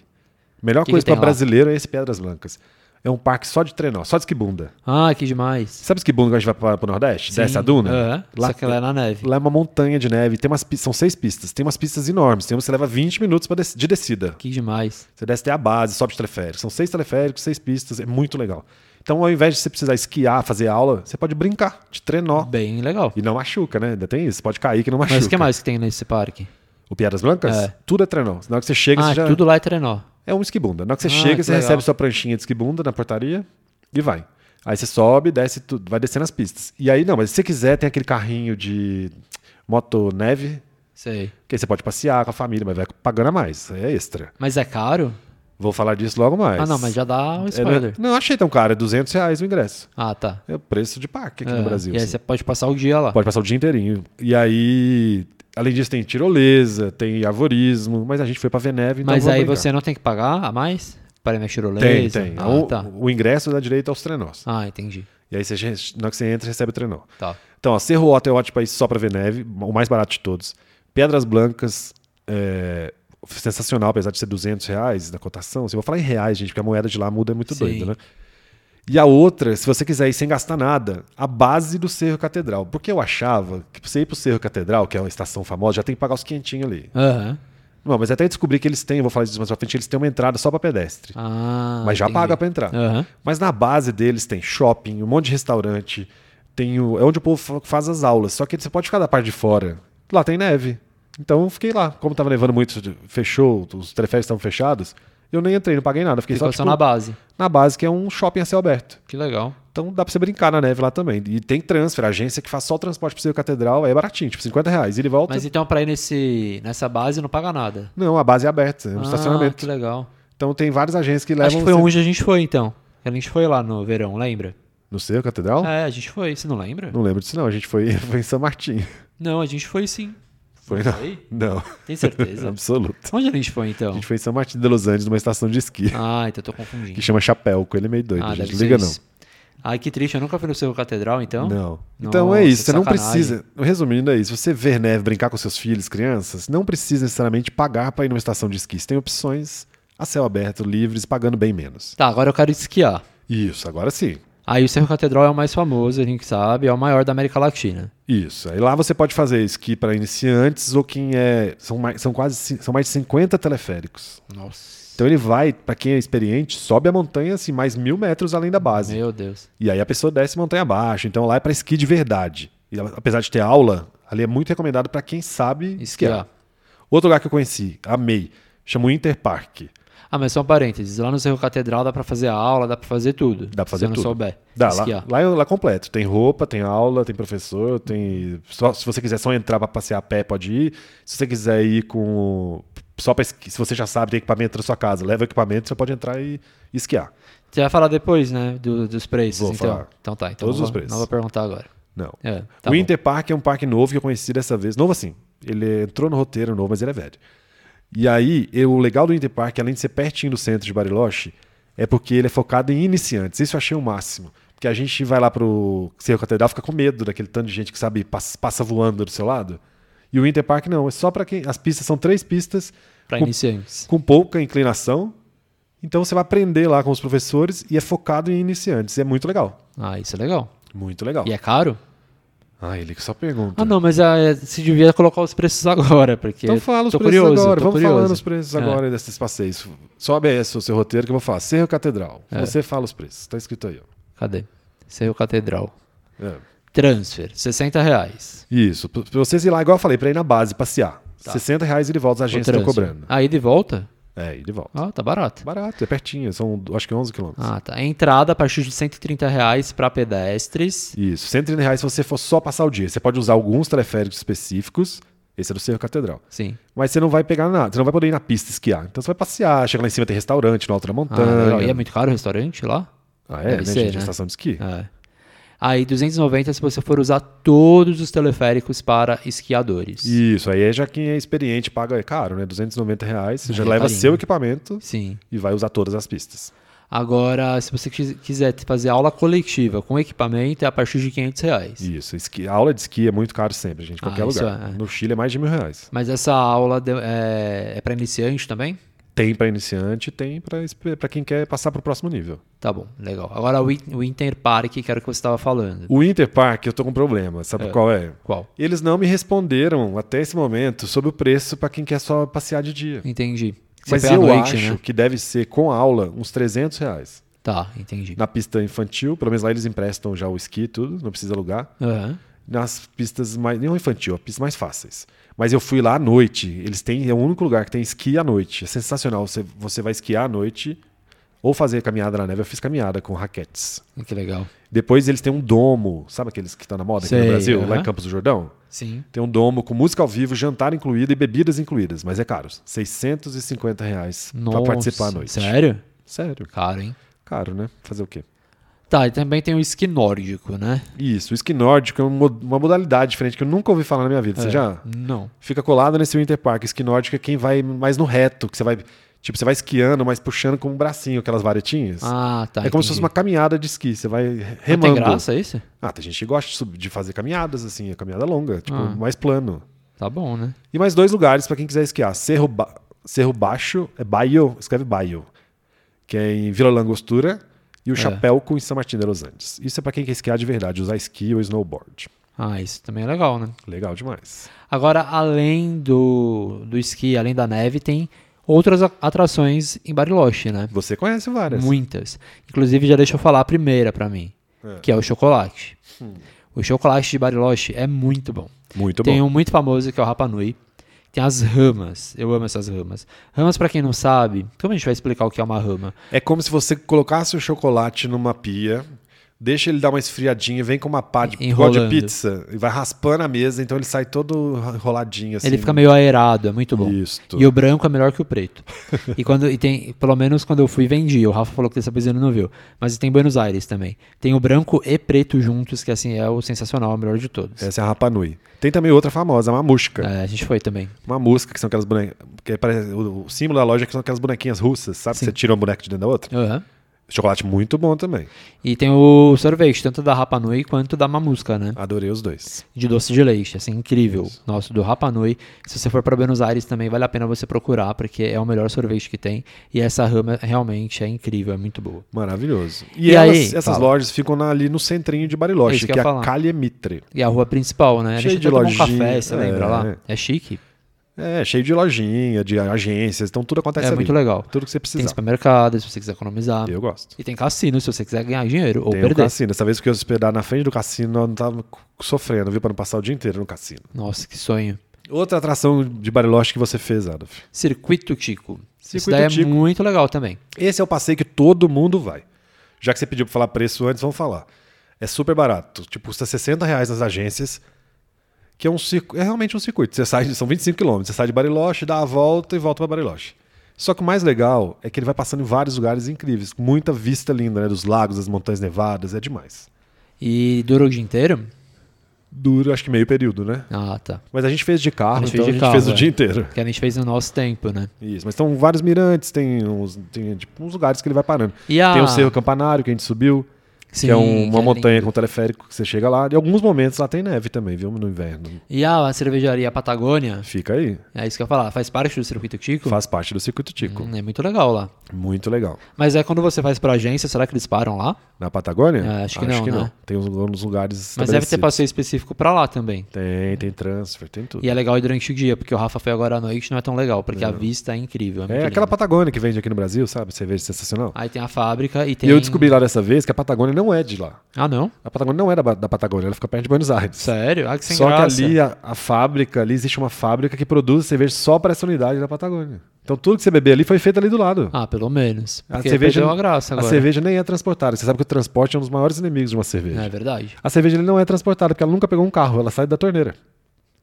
A melhor
Que
coisa
que tem
pra
lá?
brasileiro é esse Piedras Blancas. É um parque só de trenó, só de esquibunda.
Ah, que demais.
Sabe esquibunda que a gente vai pra- pro Nordeste? Desce a duna?
Aham.
Lá
Só que ela é na neve.
Lá é uma montanha de neve, tem umas, pi- são seis pistas, tem umas pistas enormes, tem uma que você leva 20 minutos pra des- de descida.
Que demais.
Você desce até a base, sobe de teleférico. São seis teleféricos, seis pistas, é muito legal. Então, ao invés de você precisar esquiar, fazer aula, você pode brincar de trenó.
Bem legal.
E não machuca, né? Ainda tem isso. Pode cair que não machuca.
Mas o que mais que tem nesse parque?
O Piedras Blancas?
É.
Tudo é trenó. Na hora que você chega,
ah,
você já...
tudo lá é trenó.
É um esquibunda. Na hora que você
Ah,
chega,
que
você
legal.
recebe sua pranchinha de esquibunda na portaria e vai. Aí você sobe, desce, tudo, vai descendo as pistas. E aí, não, mas se você quiser, tem aquele carrinho de moto neve,
Sei.
que aí você pode passear com a família, mas vai pagando a mais. É extra.
Mas é caro?
Vou falar disso logo mais.
Ah, não, mas já dá um
É, não-
spoiler.
não, achei tão caro. É 200 reais o ingresso.
Ah, tá.
É o preço de parque aqui
É,
no Brasil.
E aí
assim.
você pode passar o dia lá.
Pode passar o dia inteirinho. E aí, além disso, tem tirolesa, tem arvorismo, mas a gente foi pra ver neve, então
Mas
vamos
aí
brincar.
você não tem que pagar a mais? Para mexer o
Tem, tem.
Ah,
o,
tá.
o ingresso dá direito aos trenós.
Ah, entendi.
E aí, você, gente- na hora que você entra, recebe o trenó.
Tá.
Então, ó, Cerro Otto é ótimo pra ir só pra ver neve, o mais barato de todos. Pedras Blancas, é, sensacional, apesar de ser 200 reais na cotação. Se eu vou falar em reais, gente, porque a moeda de lá muda é muito
Sim.
doida, né? E a outra, se você quiser ir sem gastar nada, a base do Cerro Catedral. Porque eu achava que pra você ir pro Cerro Catedral, que é uma estação famosa, já tem que pagar os quentinhos ali.
Aham.
Não, mas até descobri que eles têm, eu vou falar disso mais pra frente, eles têm uma entrada só pra pedestre.
Ah,
mas já
entendi.
paga pra entrar.
Aham.
Mas na base deles tem shopping, um monte de restaurante, tem o, é onde o povo fa- faz as aulas. Só que você pode ficar da parte de fora. Lá tem neve. Então eu fiquei lá. Como tava levando muito, fechou, os teleféricos estavam fechados, eu nem entrei, não paguei nada. Fiquei
Ficou
só,
só
tipo,
na base.
na base, que é um shopping a céu aberto.
Que legal.
Então dá pra você brincar na neve lá também. E tem transfer, agência que faz só o transporte pro seu catedral, aí é baratinho, tipo 50 reais. E ele volta.
Mas então pra ir nesse, nessa base não paga nada.
Não, a base é aberta, é um
ah,
estacionamento.
que legal.
Então tem várias agências que
Acho
levam
que foi
você-
onde a gente foi então. A gente foi lá no verão, lembra?
no seu catedral?
É, a gente foi. Você não lembra?
Não lembro disso não, a gente foi, *laughs* foi em São Martinho.
Não, a gente foi sim.
Foi
Não
não.
foi?
Não, *laughs*
Tem certeza.
absoluto.
Onde a gente foi
A
então?
gente foi em São Martinho de Los Angeles numa estação de esqui
Ah, então eu tô
que
confundindo.
chama Chapéu, com ele é meio doido,
Ah,
gente.
deve
Não
ser
liga não.
isso. Ai, que triste. Eu nunca fui no Cerro Catedral, então.
Não. Então é
Nossa,
isso, você não
sacanagem.
precisa. Resumindo, é isso. Você ver neve, brincar com seus filhos, crianças, não precisa necessariamente pagar para ir numa estação de esqui. Você tem opções a céu aberto, livres, pagando bem menos.
Tá, agora eu quero esquiar.
Isso, agora sim.
Aí o Cerro Catedral é o mais famoso, a gente sabe, é o maior da América Latina.
Isso. Aí lá você pode fazer esqui para iniciantes ou quem é. São, mais, são quase. ci- São mais de 50 teleféricos.
Nossa.
Então ele vai, para quem é experiente, sobe a montanha assim, mais mil metros além da base.
Meu Deus.
E aí a pessoa desce montanha abaixo. Então lá é pra esqui de verdade. E ela- apesar de ter aula, ali é muito recomendado pra quem sabe esquiar.
Esquiar.
Outro lugar que eu conheci, amei, chama o Interpark.
Ah, mas só um parênteses. Lá no Cerro Catedral dá pra fazer a aula, dá pra fazer tudo.
Dá pra fazer
se eu
tudo.
não souber.
Dá, lá,
esquiar.
lá, é- lá é completo. Tem roupa, tem aula, tem professor, tem. só- se você quiser só entrar pra passear a pé, pode ir. Se você quiser ir com. Só pra esqui, se você já sabe, tem equipamento na sua casa, leva o equipamento, você pode entrar e esquiar.
Você vai falar depois, né? do- dos preços.
Vou
então.
falar.
Então tá. Então
Todos
não
os
vou-
preços.
Não vou perguntar agora.
Não.
É,
o
tá bom.
Interpark é um parque novo que eu conheci dessa vez. Novo assim. Ele entrou no roteiro novo, mas ele é velho. E aí, eu- o legal do Interpark, além de ser pertinho do centro de Bariloche, é porque ele é focado em iniciantes. Isso eu achei o máximo. Porque a gente vai lá pro Cerro Catedral, fica com medo daquele tanto de gente que sabe, passa, passa voando do seu lado. E o Interpark não, é só pra quem. As pistas são três pistas
Pra
com,
iniciantes.
com pouca inclinação. Então você vai aprender lá com os professores e é focado em iniciantes. E é muito legal.
Ah, isso é legal.
Muito legal.
E é caro?
Ah, ele que só pergunta.
Ah, não, mas ah, se devia colocar os preços *laughs* agora, porque.
Então fala os
é- tô
preços
curioso,
agora.
tô
Vamos
curioso.
falando os preços
É.
agora desses passeios. Sobe aí o seu roteiro que eu vou falar. Cerro Catedral.
É.
Você fala os preços. Tá escrito aí.
Cadê? Cerro Catedral.
ó. É.
Transfer, 60 reais.
Isso.
Tá.
Pra pra vocês ir lá, igual eu falei, pra ir na base passear. R$ 60 reais ele volta, as
O
agências estão
transfer.
tá cobrando.
Aí de volta?
É, ida e volta.
Ó, tá barato.
Barato, é pertinho, são acho que 11 quilômetros.
Ah, tá. A entrada a partir de 130 reais para pedestres.
Isso, R$ 130 reais se você for só passar o dia. Você pode usar alguns teleféricos específicos, esse é do Cerro Catedral.
Sim.
Mas você não vai pegar nada, você não vai poder ir na pista esquiar. Então você vai passear, chega lá em cima tem restaurante no alto da
Ah,
montanha.
legal. E é muito caro o restaurante lá?
Ah,
Deve
é, né,
ser,
gente?
né?
Estação de esqui.
É. Aí 290 se você for usar todos os teleféricos para esquiadores.
Isso, aí é já quem é experiente paga, é caro, né? R$ 290 reais. Você já
Aí é
leva
carinho,
seu
né?
equipamento
Sim.
e vai usar todas as pistas.
Agora, se você quis- quiser fazer aula coletiva com equipamento, é a partir de 500 reais.
Isso, esqui, a aula de esqui é muito caro sempre, gente, em qualquer
Ah, isso
lugar.
é.
No Chile é mais de mil reais.
Mas essa aula de- é, é para iniciante também?
Tem pra iniciante, tem pra espe- pra quem quer passar pro próximo nível.
Tá bom, legal. Agora o In- o Inter Park, que era o que você estava falando.
O Interpark, eu tô com um problema, sabe qual é?
Qual?
Eles não me responderam até esse momento sobre o preço pra quem quer só passear de dia.
Entendi. Você
Mas
foi à
eu
noite,
acho
né?
que deve ser com aula uns 300 reais.
Tá, entendi.
Na pista infantil, pelo menos lá eles emprestam já o esqui e tudo, não precisa alugar.
Aham.
nas pistas mais. Não infantil, as pistas mais fáceis. Mas eu fui lá à noite. Eles têm. É o único lugar que tem esqui à noite. É sensacional. Você, você vai esquiar à noite ou fazer caminhada na neve. Eu fiz caminhada com raquetes.
Que legal.
Depois eles têm um domo. Sabe aqueles que estão na moda aqui no
Sei,
Brasil? Lá em
aham.
Campos do Jordão?
Sim.
Tem um domo com música ao vivo, jantar incluído e bebidas incluídas. Mas é caro. R$ 650 reais pra
Nossa,
participar à noite.
Sério?
Sério.
Caro, hein?
Caro, né? Fazer o quê?
Tá, e também tem o esqui nórdico, né?
Isso. O esqui nórdico é um mo- uma modalidade diferente que eu nunca ouvi falar na minha vida. Você
É.
já.
Não.
fica colado nesse Winter Park. Esqui nórdico é quem vai mais no reto, que você vai, tipo, você vai esquiando, mas puxando com o bracinho aquelas varetinhas.
Ah, tá.
é como se
entendi.
fosse uma caminhada de esqui, você vai
Mas
remando.
Tem graça isso?
Ah, tem gente que gosta de, subir- de fazer caminhadas assim, é caminhada longa, tipo,
Ah.
mais plano.
Tá bom, né?
E mais dois lugares pra quem quiser esquiar. Cerro, Ba- Cerro Baixo, é Baio, escreve Baio, que é em Vila Langostura. E o
É.
Chapéuco em São Martin de Los Andes. Isso é pra quem quer esquiar de verdade, usar esqui ou snowboard.
Ah, isso também é legal, né?
Legal demais.
Agora, além do, do esqui, além da neve, tem outras a- atrações em Bariloche, né?
Você conhece várias.
Muitas. Inclusive, já deixa eu falar a primeira pra mim, que é o chocolate. O chocolate de Bariloche é muito bom.
Muito
tem
bom.
um muito famoso que é o Rapa Nui. Tem as ramas. Eu amo essas ramas. Ramas, pra quem não sabe, como a gente vai explicar o que é uma rama?
É como se você colocasse o chocolate numa pia, deixa ele dar uma esfriadinha, vem com uma pá de, igual de
Enrolando.
pizza e vai raspando a mesa, então ele sai todo enroladinho assim.
Ele fica meio aerado, é muito bom.
Isto.
E o branco é melhor que
*laughs*
o preto. e quando e tem, pelo menos quando eu fui vendi, o Rafa falou que dessa vez ele não viu, mas tem Buenos Aires também. Tem o branco e preto juntos, que assim é o sensacional, é o melhor de todos.
Essa é a Rapa Nui. Tem também outra famosa, a Mamushka.
É, a gente foi também.
Uma música que são aquelas bonequinhas. Que parece- o, o símbolo da loja é que são aquelas bonequinhas russas, sabe? Você tira um boneco de dentro da outra.
Aham.
Chocolate muito bom também.
E tem o sorvete, tanto da Rapa Nui quanto da Mamusca, né?
Adorei os dois.
de doce de leite, assim, incrível. Nosso do Rapa Nui. Se você for para Buenos Aires também vale a pena você procurar, porque é o melhor sorvete que tem e essa rama realmente é incrível, é muito boa.
Maravilhoso. E,
E
elas-
aí?
essas
Fala.
lojas ficam na- ali no centrinho de
É
Bariloche,
isso
que,
que
é
eu ia
a
falar.
Calha Mitre.
E a rua principal, né? A
Cheio
gente
de
até tomou um
lojinha,
café, você
é,
lembra lá? É chique.
É, cheio de lojinha, de agências, então tudo acontece
É
ali.
muito legal.
Tudo que você precisa.
Tem supermercado, se você quiser economizar.
Eu gosto.
E tem cassino, se você quiser ganhar dinheiro ou
Tem um
perder.
cassino. Essa vez que eu hospedar na frente do cassino, eu não tava sofrendo, viu? Pra não passar o dia inteiro no cassino.
Nossa, que sonho.
Outra atração de Bariloche que você fez, Adolf.
Circuito Tico. Isso
Circuito
daí
Tico.
é muito legal também.
Esse é o passeio que todo mundo vai. Já que você pediu pra falar preço antes, vamos falar. É super barato. Tipo, custa 60 reais nas agências, que é um circuito. É realmente um circuito. Você sai, são 25 quilômetros. Você sai de Bariloche, dá a volta e volta pra Bariloche. Só que o mais legal é que ele vai passando em vários lugares incríveis. com Muita vista linda, né? Dos lagos, das montanhas nevadas. É demais.
E dura o dia inteiro?
Dura, acho que meio período, né?
Ah, tá.
Mas a gente fez de carro,
A gente
então
fez de
a gente
carro,
fez o
é.
dia inteiro.
Que a gente fez no nosso tempo, né?
Isso, mas estão vários mirantes, tem uns, tem, tipo, uns lugares que ele vai parando.
E a...
Tem o Cerro Campanário que a gente subiu,
Sim,
que é um- uma
que
montanha com teleférico que você chega lá. E alguns momentos lá tem neve também, viu? No inverno.
E a cervejaria Patagônia,
Fica aí.
é isso que eu ia falar, faz parte do circuito Tico?
Faz parte do circuito Tico.
Hum, é muito legal lá.
Muito legal.
Mas é quando você faz pra agência, será que eles param lá?
Na Patagônia?
É, acho que não, né?
Tem uns, uns lugares.
Mas deve ter
estabelecidos.
passeio específico pra lá também.
Tem, tem transfer, tem tudo.
E é legal ir durante o dia, porque o Rafa foi agora à noite não é tão legal, porque a vista é incrível. muito
É aquela
linda.
Patagônia que vende aqui no Brasil, sabe? Cerveja sensacional.
Aí tem a fábrica e
E
tem.
eu descobri lá dessa vez que a Patagônia Patagônia não é de lá.
Ah, não?
A Patagônia não é da, Ba- da Patagônia, ela fica perto de Buenos Aires.
Sério? Ah, que sem
só
graça.
que ali a, a fábrica, ali existe uma fábrica que produz cerveja só para essa unidade da Patagônia. Então tudo que você beber ali foi feito ali do lado.
Ah, pelo menos.
A
Porque
cerveja-
perdeu a graça
a
agora.
cerveja nem é transportada. Você sabe que o transporte é um dos maiores inimigos de uma cerveja.
É verdade.
A cerveja ele não é transportada porque ela nunca pegou um carro, ela sai da torneira.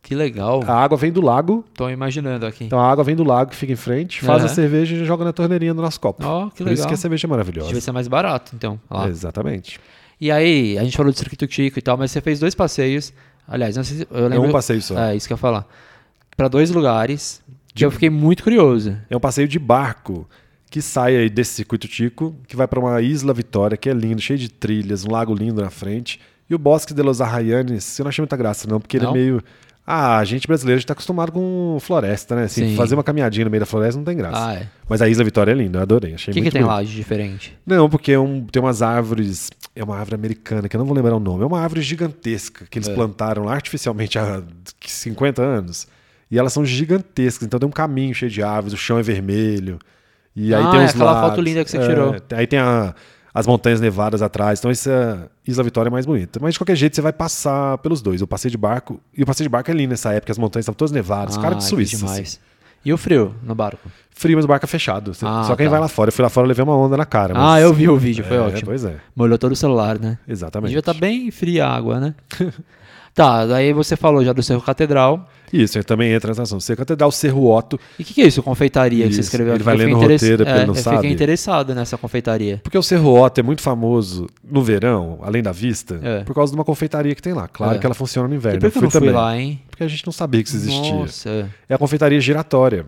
Que legal.
A água vem do lago,
Tô imaginando aqui.
Ah. então a água vem do lago que fica em frente, faz
Aham.
a cerveja e joga na torneirinha do nosso copo.
Ó, que
Por isso
legal.
que a cerveja é
Devia
maravilhosa.
ser mais barato, então. lá.
Exatamente.
E aí, a gente falou do Circuito Tico e tal, mas você fez dois passeios. Aliás, não sei se, eu
É
lembro.
um passeio só.
É, isso que eu ia falar. Pra dois lugares que eu fiquei muito curioso.
É um passeio de barco que sai aí desse circuito tico, que vai para uma Isla Vitória, que é lindo, cheio de trilhas, um lago lindo na frente. E o Bosque de los Arrayanes, eu não achei muita graça, não, porque ele
Não?
é meio. Ah, a gente brasileiro está acostumado com floresta, né? Assim,
Sim.
fazer uma caminhadinha no meio da floresta não tem graça.
Ah, é.
Mas a Isla Vitória é linda, eu adorei. Achei
O que, que
muito
tem
bonito.
lá de diferente?
Não, porque é um- tem umas árvores. É uma árvore americana, que eu não vou lembrar o nome. É uma árvore gigantesca que eles
É.
plantaram lá artificialmente há 50 anos. E elas são gigantescas. Então tem um caminho cheio de árvores, o chão é vermelho. E aí
Ah,
tem
é
uns
aquela
lagos.
foto linda que você tirou.
Aí tem a- as montanhas nevadas atrás. Então essa Isla Vitória é mais bonita. Mas de qualquer jeito você vai passar pelos dois. O passeio de barco. E o passeio de barco é lindo nessa época. As montanhas estavam todas nevadas. cara
Ah,
de
que
Suíça. assim.
Demais. E o frio no barco?
Frio, mas o barco é fechado. Você-
Ah,
Só quem
tá.
vai lá fora. Eu fui lá fora e levei uma onda na cara.
Ah,
É, mas-
eu vi o vídeo, foi
É,
ótimo.
Pois é.
Molhou todo o celular, né?
Exatamente.
Devia estar bem fria a água, né? *laughs* tá, daí você falou já do Cerro Catedral.
Isso, ele também entra nessa ação. Você catedral Cerro Otto,
E o que, que é isso, confeitaria que você
Isso,
escreveu
ele
aqui?
vai
Eu fiquei
lendo o roteiro, porque
é,
ele não
eu
sabe.
fiquei interessado nessa confeitaria.
porque o Cerro Otto é muito famoso no verão, além da vista,
É.
por causa de uma confeitaria que tem lá. Claro
É.
que ela funciona no inverno.
E por que eu
Eu
não fui
também,
lá, hein?
Porque a gente não sabia que isso existia.
Nossa.
É a confeitaria giratória.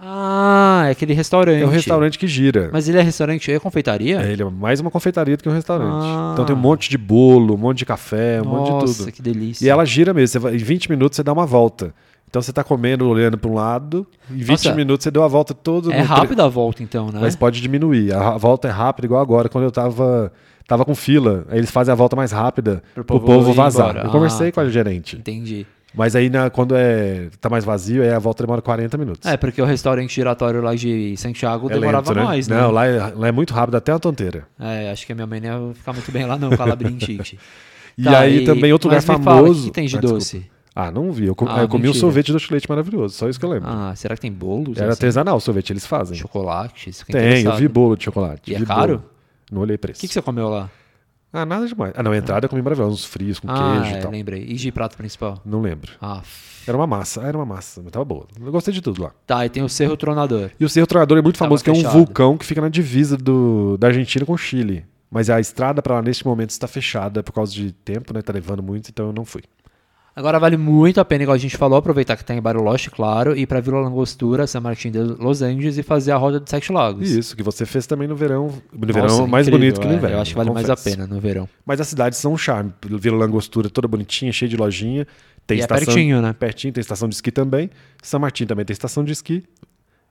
Ah, é aquele restaurante.
É um restaurante que gira.
Mas ele é restaurante e confeitaria?
É, ele é mais uma confeitaria do que um restaurante.
Ah.
Então tem um monte de bolo, um monte de café, um monte de
Nossa,
tudo.
que delícia.
E ela gira mesmo. Você vai- em 20 minutos você dá uma volta. Então você tá comendo, olhando para um lado, em 20
Nossa.
minutos você deu a volta todo
é
no tre-
rápida a volta, então, né?
Mas pode diminuir. A a volta é rápida, igual agora, quando eu tava, tava com fila. Aí eles fazem a volta mais rápida
Pro
pro
povo
povo,
ir
vazar.
embora.
Eu conversei
Ah,
com a gerente.
Entendi.
Mas aí na- quando é, tá mais vazio, aí a volta demora 40 minutos.
É, porque o restaurante giratório lá de Santiago
É
demorava
lento, né?
mais, né?
Não, lá é, lá é muito rápido até a tonteira.
É, acho que a minha mãe não ia ficar muito bem lá, não, com
*laughs*
a labirintite.
E
Tá,
aí também outro lugar
mas me fala, o
famoso.
que que tem de
Ah, desculpa.
doce?
Ah, não vi. Eu, com-
Ah,
eu comi
mentira.
um sorvete doce de leite maravilhoso, só isso que eu lembro.
Ah, será que tem bolos?
Era
assim?
artesanal o sorvete, eles fazem.
chocolate? Isso que é
Tem, eu
engraçado.
vi bolo de chocolate.
E é
vi
caro?
bolo. Não olhei preço.
O que, que você comeu lá?
Ah, nada demais. Ah, não, a entrada eu comi maravilhoso, uns frios com
ah,
queijo
é,
e tal.
lembrei. E de prato principal?
Não lembro.
Ah,
Era uma massa, era uma massa, mas tava boa. Eu gostei de tudo lá.
tá, e tem o Cerro Tronador.
E o Cerro Tronador é muito
Tava
famoso, que é um
fechado.
vulcão que fica na divisa do, da Argentina com o Chile. Mas a estrada pra lá neste momento está fechada por causa de tempo, né? Tá levando muito, então eu não fui.
Agora vale muito a pena, igual a gente falou, aproveitar que tá em Bariloche, claro, e ir pra Vila Langostura, San Martín de Los Angeles e fazer a roda de Sete Lagos.
E isso, que você fez também no verão. No
Nossa,
verão é mais
incrível,
bonito que no
é.
inverno.
Eu acho que vale mais a
confesso.
pena no verão.
Mas as cidades são um charme. Vila Langostura toda bonitinha, cheia de lojinha. Tem
e é
estação.
pertinho, né?
Pertinho, tem estação de esqui também. São Martin também tem estação de esqui.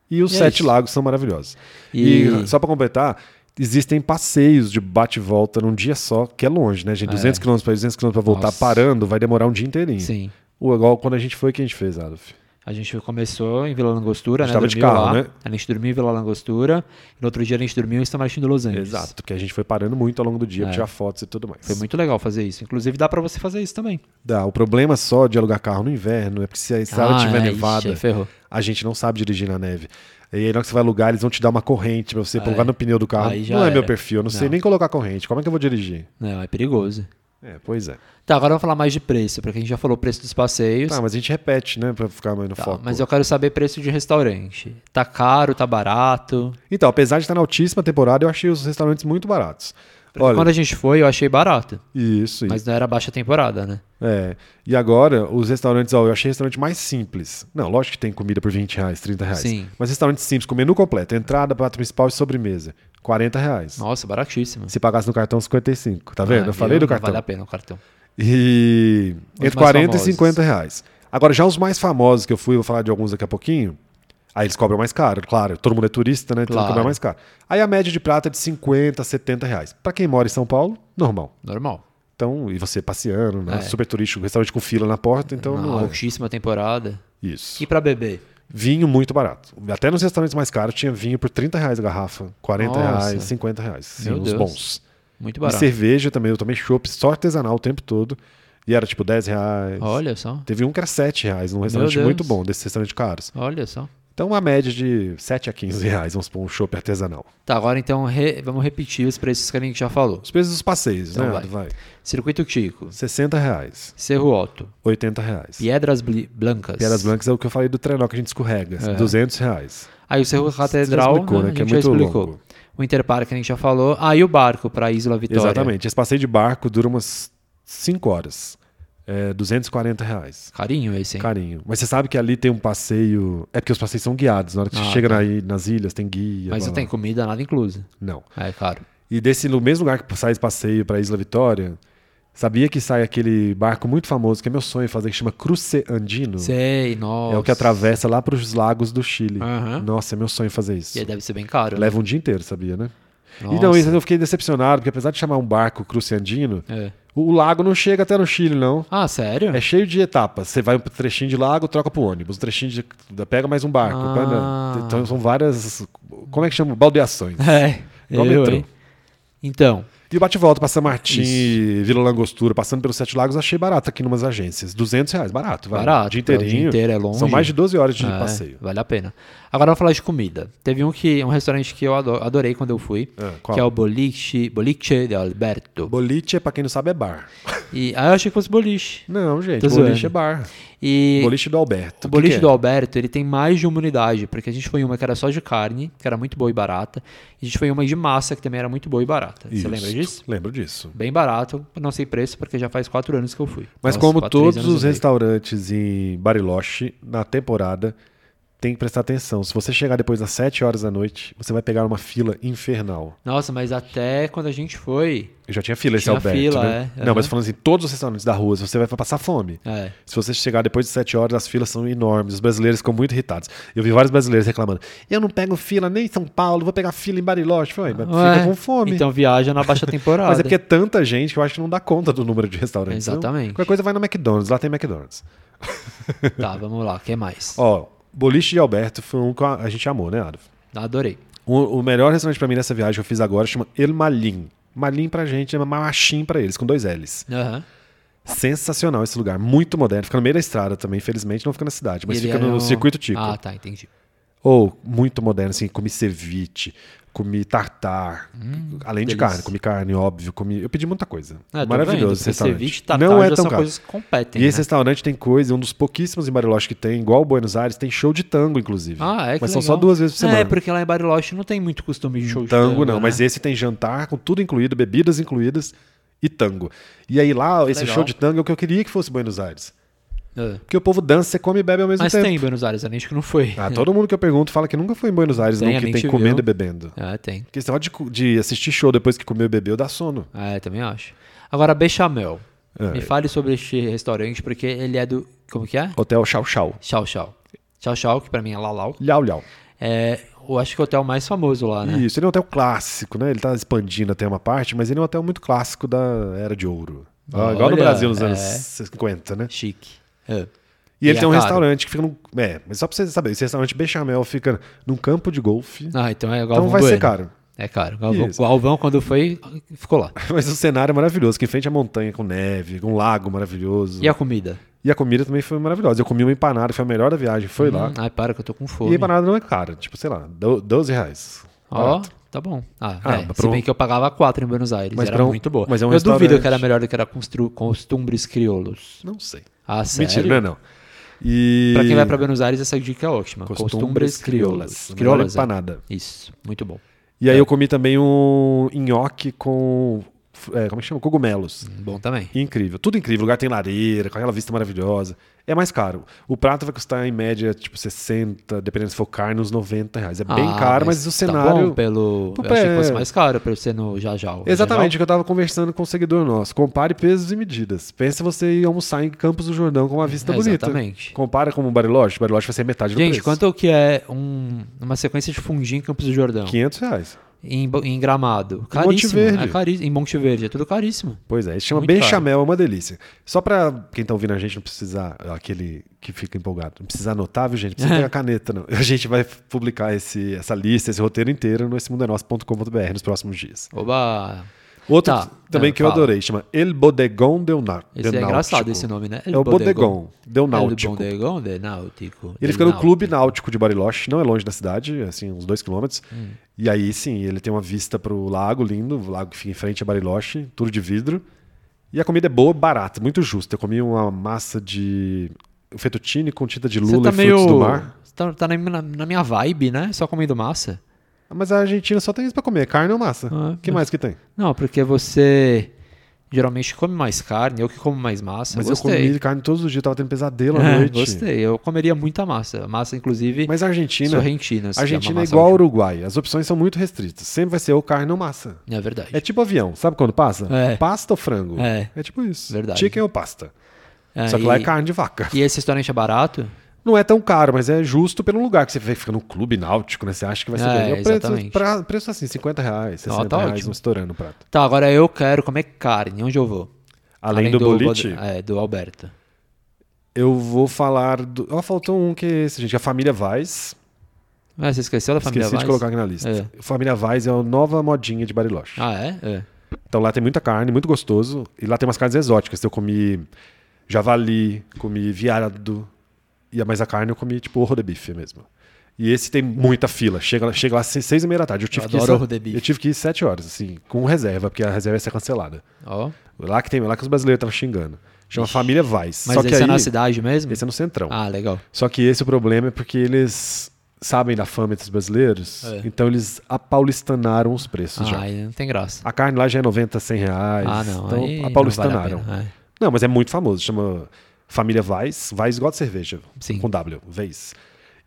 E os
E é
Sete
isso.
Lagos são maravilhosos.
E,
E, só pra completar, existem passeios de bate e volta num dia só, que é longe, né, gente? 200 km para 200 km pra voltar
Ah, Nossa.
parando, vai demorar um dia inteirinho.
sim,
Ou igual quando a gente foi, que a gente fez, Adolf?
a gente começou em Vila Langostura,
A
né?
gente tava de
dormiu
carro,
lá.
né?
A gente dormiu em Vila Langostura, e no outro dia a gente dormiu em San Martín de Los Angeles.
Exato, que a gente foi parando muito ao longo do dia
É.
pra tirar fotos e tudo mais.
Foi muito legal fazer isso. Inclusive dá pra você fazer isso também.
Dá, o problema só de alugar carro no inverno é porque se a estrada
ah,
tiver
é,
nevada,
Ixi, aí ferrou.
a gente não sabe dirigir na neve. E aí, na hora que você vai alugar, eles vão te dar uma corrente pra você colocar no pneu do carro.
É. Aí já
Não é meu
era.
perfil, eu não, sei
Não.
nem colocar corrente. Como é que eu vou dirigir?
Não, é perigoso.
É, pois é.
Tá, agora vamos falar mais de preço, porque a gente já falou o preço dos passeios.
Tá, mas a gente repete, né, pra ficar mais no
Tá,
foco.
mas eu quero saber preço de restaurante. Tá caro, tá barato?
Então, apesar de estar na altíssima temporada, eu achei os restaurantes muito baratos.
Porque
Olha,
Quando a gente foi, eu achei barato.
isso, isso.
Mas não era baixa temporada, né?
É. E agora, os restaurantes, ó, eu achei restaurante mais simples. Não, lógico que tem comida por 20 reais, 30 reais.
Sim.
Mas restaurante simples, com menu completo, entrada, prato principal e sobremesa. 40 reais.
Nossa, baratíssimo.
Se pagasse no cartão, 55. Tá vendo?
Ah,
eu falei do
não
cartão.
Vale a pena o cartão.
E
Os mais
entre 40
famosos.
e 50 reais. Agora, já os mais famosos que eu fui, eu vou falar de alguns daqui a pouquinho. Aí eles cobram mais caro, claro. Todo mundo é turista, né? Então
Claro.
cobra mais caro. Aí a média de prata é de 50, 70 reais. Pra quem mora em São Paulo, normal.
Normal.
Então, e você passeando, né?
É.
Super turístico, restaurante com fila na porta, então
Na
não é.
altíssima temporada.
Isso.
E pra beber?
Vinho muito barato. Até nos restaurantes mais caros tinha vinho por 30 reais a garrafa, 40
Nossa.
reais, 50 reais. Sim,
Meu
os
Deus.
bons.
Muito
E
barato.
cerveja também, eu tomei chopp só artesanal o tempo todo. E era tipo 10 reais.
Olha só.
Teve um que era 7 reais num restaurante
Deus.
muito bom, desses restaurantes caros.
Olha só.
Então uma média de 7 a 15 reais, vamos supor, um chopp artesanal.
Tá, agora então re- vamos repetir os preços que a gente já falou.
Os preços dos passeios,
Então
né?
vai.
Ado? Vai.
Circuito Tico,
60 reais,
Cerro Alto,
80 reais.
Piedras Bli- Blancas.
Pedras Blancas é o que eu falei do trenó que a gente escorrega.
É.
200 reais.
Aí o Cerro Catedral,
já explicou,
né,
né,
a
que é
gente já
muito
explicou.
longo.
O Interparque a gente já falou. Ah, e o barco pra Isla Vitória.
Exatamente. Esse passeio de barco dura umas 5 horas. É 240 reais.
Carinho esse, hein?
Carinho. Mas você sabe que ali tem um passeio. É porque os passeios são guiados. Na hora que
Ah,
você chega
tá.
na i- nas ilhas, tem guia.
Mas
blá,
não
blá.
tem comida, nada incluso.
Não.
É caro.
E desse no mesmo lugar que sai esse passeio pra Isla Vitória, sabia que sai aquele barco muito famoso, que é meu sonho fazer, que chama Cruce Andino?
Sei, nossa.
É o que atravessa lá pros lagos do Chile.
Aham.
Nossa, é meu sonho fazer isso.
E aí deve ser bem caro.
Leva um dia inteiro, sabia, né?
Nossa.
E não, isso eu fiquei decepcionado, porque apesar de chamar um barco Cruce Andino,
É.
o lago não chega até no Chile, não.
Ah, sério?
É cheio de etapas. Você vai um trechinho de lago, troca pro ônibus. Um trechinho de. Pega mais um barco.
Ah.
pá, né? Então são várias. Como é que chama? Baldeações.
*laughs* É.
Igual
eu,
metrô.
hein? Então,
E o bate-volta pra San Martin, Vila Langostura, passando pelos Sete Lagos, achei barato aqui em umas agências. 200 reais, barato. Vai.
barato.
O dia
é, o
inteirinho.
inteiro, é longe.
São mais de 12 horas de
É,
passeio.
Vale a pena. Agora eu vou falar de comida. Teve um que um restaurante que eu ado- adorei quando eu fui,
Ah, qual?
que é o Boliche, Boliche de Alberto.
Boliche, pra quem não sabe, é bar.
E ah, eu achei que fosse boliche.
Não, gente.
Tô
boliche
zoando.
é bar.
E
Boliche do Alberto.
o boliche
que que
do
é?
Alberto, ele tem mais de uma unidade, porque a gente foi em uma que era só de carne, que era muito boa e barata. E a gente foi em uma de massa, que também era muito boa e barata.
é? Isso.
Você lembra disso?
Lembro disso.
Bem barato, não sei preço, porque já faz quatro anos que eu fui.
Mas
Nossa,
como
quatro,
todos
três anos
os
e meio.
restaurantes em Bariloche, na temporada, tem que prestar atenção. Se você chegar depois das 7 horas da noite, você vai pegar uma fila infernal.
Nossa, mas até quando a gente foi.
Eu já tinha fila esse
Tinha
Alberto,
fila,
né?
é,
Não,
aham.
mas falando assim, todos os restaurantes da rua, você vai passar fome.
É.
Se você chegar depois de 7 horas, as filas são enormes. Os brasileiros ficam muito irritados. Eu vi vários brasileiros reclamando. Eu não pego fila nem em São Paulo, vou pegar fila em Bariloche. Falei, mas
Ué,
fica com fome.
Então viaja
*laughs*
na baixa temporada.
Mas é porque é tanta gente que eu acho que não dá conta do número de restaurantes. Então,
Exatamente.
qualquer coisa vai no McDonald's, lá tem McDonald's.
Tá, vamos lá, o que mais?
Ó, Boliche de Alberto foi um que a a gente amou, né, Adolfo?
Adorei.
O, o melhor restaurante pra mim nessa viagem que eu fiz agora chama El Malim. Malim pra gente é Machim pra eles, com dois L's.
Aham.
Sensacional esse lugar, muito moderno. Fica no meio da estrada também, infelizmente não fica na cidade, mas
E ele
fica
era
no
um-
circuito Tico.
Ah, tá, entendi.
Ou, muito moderno, assim, comi ceviche, comi tartar, além de
delícia.
carne, comi carne, óbvio, comi... Eu pedi muita coisa.
Ah, tô vendo,
Maravilhoso esse
porque
restaurante.
Ceviche, tartar,
não é
já
tão
são
caro.
tá coisas que competem,
E esse é
né?
restaurante tem coisa, um dos pouquíssimos em Bariloche que tem, igual o Buenos Aires, tem show de tango, inclusive.
Ah, é que
Mas são só
legal.
duas vezes por semana.
É, porque lá em Bariloche não tem muito costume de show de
Tango não,
né?
mas esse tem jantar com tudo incluído, bebidas incluídas e tango. E aí lá, esse
Legal.
show de tango é o que eu queria que fosse Buenos Aires.
É.
Porque o povo dança, você come e bebe ao mesmo
Mas
tempo.
tem em Buenos Aires, a gente que não foi. *laughs*
Ah, todo mundo que eu pergunto fala que nunca foi em Buenos Aires,
Tem,
não,
a
que
gente
tem comendo
viu.
e bebendo.
Ah, tem.
Porque esse negócio de, cu- de assistir show depois que comeu e bebeu dá sono.
Ah, eu também acho. Agora, Bechamel.
É.
Me fale sobre este restaurante, porque ele é do... Como que é?
Hotel Chau Chau.
Tchau, tchau. Tchau, tchau, que pra mim é Lalau.
Lhau Lhau.
É, eu acho que é o hotel mais famoso lá, né?
Isso, ele é um hotel clássico, né? Ele tá expandindo até uma parte, mas ele é um hotel muito clássico da Era de Ouro. Ah, igual
Olha,
no Brasil nos anos
é.
50, né?
Chique. É.
E ele
E é
tem um
caro.
restaurante que fica num. É, mas só pra você saber, esse restaurante Bechamel fica num campo de golfe.
Ah, então é Galvão
então vai ser
Bueno.
caro. *laughs*
É caro. Galvão,
Isso.
Galvão, quando foi, ficou lá.
Mas o cenário é maravilhoso, que em frente à montanha com neve, com um lago maravilhoso.
E a comida?
E a comida também foi maravilhosa. Eu comi uma empanada, foi a melhor da viagem, foi lá.
Hum, ai, para que eu tô com
E a
fome.
empanada não é cara, tipo, sei lá, do- 12 reais.
Ó, tá bom. Ah,
Ah,
é,
mas
se
pra um-
bem que eu pagava quatro em Buenos Aires,
Mas
era
pra um-
muito boa.
mas é um
eu duvido
restaurante.
que era melhor do que era constru... costumbres crioulos.
Não sei.
Ah, sério?
Mentira, não é não. E...
Pra quem vai pra Buenos Aires, essa dica é ótima. Costumbres, crioulas.
crioulas.
Crioulas, é. Tá.
empanada.
Isso, muito bom.
E aí eu comi também um nhoque com. é, como é que chama? Cogumelos.
Bom também.
Incrível. Tudo incrível. O lugar tem lareira, com aquela vista maravilhosa. É mais caro. O prato vai custar em média, tipo, 60, dependendo se for carne, uns 90 reais. É bem
Ah,
caro, mas, o
Tá
cenário.
bom pelo...
Pô,
Eu achei que fosse
é-
mais caro pra ser no Jajal.
Exatamente o que eu tava conversando com um seguidor nosso. Compare pesos e medidas. Pensa você ir almoçar em Campos do Jordão com uma vista
É,
bonita.
exatamente.
Compara com o Bariloche. O Bariloche vai ser metade do
Gente,
preço.
quanto que é um- uma sequência de fundi em Campos do Jordão?
500 reais.
Em, Bo- em Gramado. Caríssimo.
Verde.
É caríssimo. Em Monte Verde. É tudo caríssimo.
Pois é, ele chama
Muito
Bechamel, é uma delícia. Só pra quem tá ouvindo a gente não precisar, aquele que fica empolgado, não precisa anotar, viu, gente? Não
*laughs*
precisa pegar caneta, não. A gente vai é publicar esse, essa lista, esse roteiro inteiro no essemundanosso.com.br nos próximos dias.
Oba!
Outro
Tá.
também
Não,
que eu
fala.
adorei, chama El Bodegão del Nar.
Esse é engraçado esse nome, né? El
é o Bodegão, Del
El
Náutico.
Bodegão de Náutico.
Ele
de
fica no
Náutico.
Clube Náutico de Bariloche, não é longe da cidade, assim, uns dois quilômetros.
Hum.
E aí, sim, ele tem uma vista pro lago lindo, o lago que fica em frente a Bariloche, tudo de vidro. E a comida é boa, barata, muito justa. Eu comi uma massa de fettuccine com tinta de
Você
lula
tá
e
meio...
frutos do mar.
Você tá, tá na, na- na minha vibe, né? Só comendo massa.
Mas a Argentina só tem isso pra comer, é carne ou massa. O
Ah,
que mais que tem?
Não, porque você geralmente come mais carne, eu que como mais massa.
Mas eu
gostei.
comi carne todos os dias, tava tendo pesadelo à
É,
noite.
Gostei, eu comeria muita massa. Massa, inclusive,
Mas a Argentina,
sorrentina.
a Argentina é,
assim, massa
igual ao
ótima.
Uruguai. As opções são muito restritas. Sempre vai ser ou carne ou massa.
É verdade.
É tipo avião, sabe quando passa?
É.
Pasta ou frango?
É.
tipo isso.
Verdade.
Chicken ou pasta.
É,
Só que lá é
e-
carne de vaca.
E esse restaurante é barato?
Não é tão caro, mas é justo pelo lugar que você vê, fica no clube náutico, né? Você acha que vai ser
É,
bem. É o preço-
exatamente.
pra- preço assim, 50 reais, 60
tá
reais,
ótimo.
um estourando o prato.
Tá, agora eu quero comer carne. Onde eu vou?
Além, do, boliche,
bod- É, do Alberto.
eu vou falar do... Ó, faltou um que é esse, gente. A Família Vaz.
Ah, você esqueceu da família
Esqueci
Vaz?
de colocar aqui na lista.
É.
Família Vaz é a nova modinha de Bariloche.
Ah, é? É.
Então lá tem muita carne, muito gostoso. E lá tem umas carnes exóticas. Então, eu comi javali, comi viado. E a- mas a carne eu comi tipo horro de bife mesmo. E esse tem muita fila. Chega, lá- chega lá às seis e meia da tarde. Eu tive,
Eu
que ir,
adoro
se-
orro de bife.
eu tive que ir sete horas, assim, com reserva, porque a reserva ia ser cancelada.
Ó.
Lá que tem, lá que os brasileiros estavam xingando. Chama Família Vaz.
Mas
Só
esse
que aí,
é na cidade mesmo?
esse é no centrão.
Ah, legal.
Só que esse o problema é porque eles sabem da fama entre os brasileiros,
É.
então eles apaulistanaram os preços já.
Ah, aí não tem graça.
A carne lá já é 90, 100 reais.
ah, não.
Então,
aí não
apaulistanaram.
vale a pena, é.
Não, mas é muito famoso. Chama Família Vaz. Vaz igual de cerveja.
Sim.
Com W. Vaz.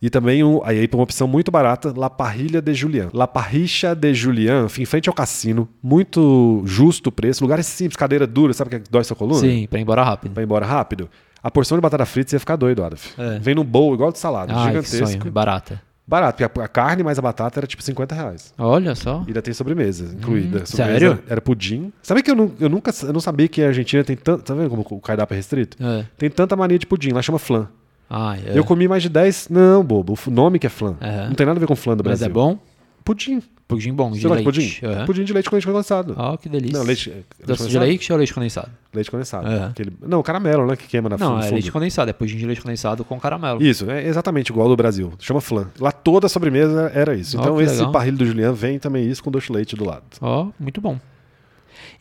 E também, um, aí uma opção muito barata, La Parrilha de Julian. La Parricha de Julian, fica em frente ao cassino. Muito justo o preço. Lugar é simples, cadeira dura, sabe o que dói sua coluna?
Sim, pra ir embora rápido.
Vai embora rápido. A porção de batata frita você ia ficar doido, Adolf.
É.
Vem num bowl igual de salada,
Ah, que sonho.
gigantesco.
Barata.
Barato, porque a, a carne mais a batata era tipo 50 reais.
Olha só.
E ainda tem sobremesa incluída. Sobremesa
Hum, sério?
Era pudim. Sabe que eu, nu- eu nunca eu não sabia que a Argentina tem tanto. Tá vendo como o cardápio é restrito?
É.
Tem tanta mania de pudim, lá chama flan.
Ah, é.
Eu comi mais de 10. Não, bobo, o f- nome que é flan.
Aham.
Não tem nada a ver com flan do
Mas
Brasil.
é bom?
Pudim.
Pudim bom, de
Você gosta de
leite.
pudim?
Aham.
Pudim de leite com leite condensado.
Ah, que delícia.
Não, leite- é leite
Doce de
condensado?
leite ou leite condensado?
Leite condensado.
Aham.
Aquele- não, caramelo, né? Que queima na
Não,
no
é
fundo.
leite condensado. É pudim de leite condensado com caramelo.
Isso, é exatamente igual ao do Brasil. Chama flan. Lá toda a sobremesa era isso.
Ó,
Então
que
esse
legal.
parrilho do Julian vem também isso com doce de leite do lado.
Ó, muito bom.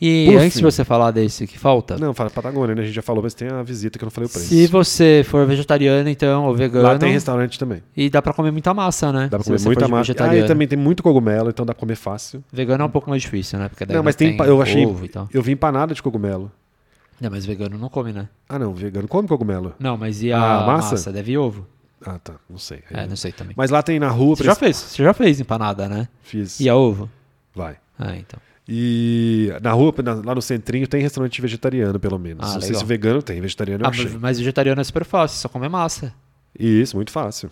E
Por
antes de
fim.
você falar desse que falta,
Não, fala Patagônia, né? A gente já falou, mas tem a visita que eu não falei o preço.
se você for vegetariano, então, ou vegano,
Lá tem restaurante também.
e dá pra comer muita massa, né?
Dá pra
Se
comer
você for
muita
de
massa. Ah,
vegetariano.
e também tem muito cogumelo, então dá pra comer fácil.
Vegano é um pouco mais difícil, né? Porque daí
não, mas tem, empa-
tem
eu achei,
ovo e tal.
eu vi empanada de cogumelo.
Não, mas vegano não come, né?
Ah, não, vegano come cogumelo.
Não, mas e a
Ah,
massa?
massa?
Deve ir ovo.
Ah, tá, não sei.
É, não sei também.
Mas lá tem na rua,
Você
pra-
já fez, você já fez empanada, né?
fiz.
E a ovo?
Vai.
Ah, então.
E na rua, na- lá no centrinho, tem restaurante vegetariano, pelo menos.
Ah,
não sei
legal.
se vegano tem, vegetariano eu
Ah,
achei.
mas, mas vegetariano é super fácil, só comer massa.
E Isso, muito fácil.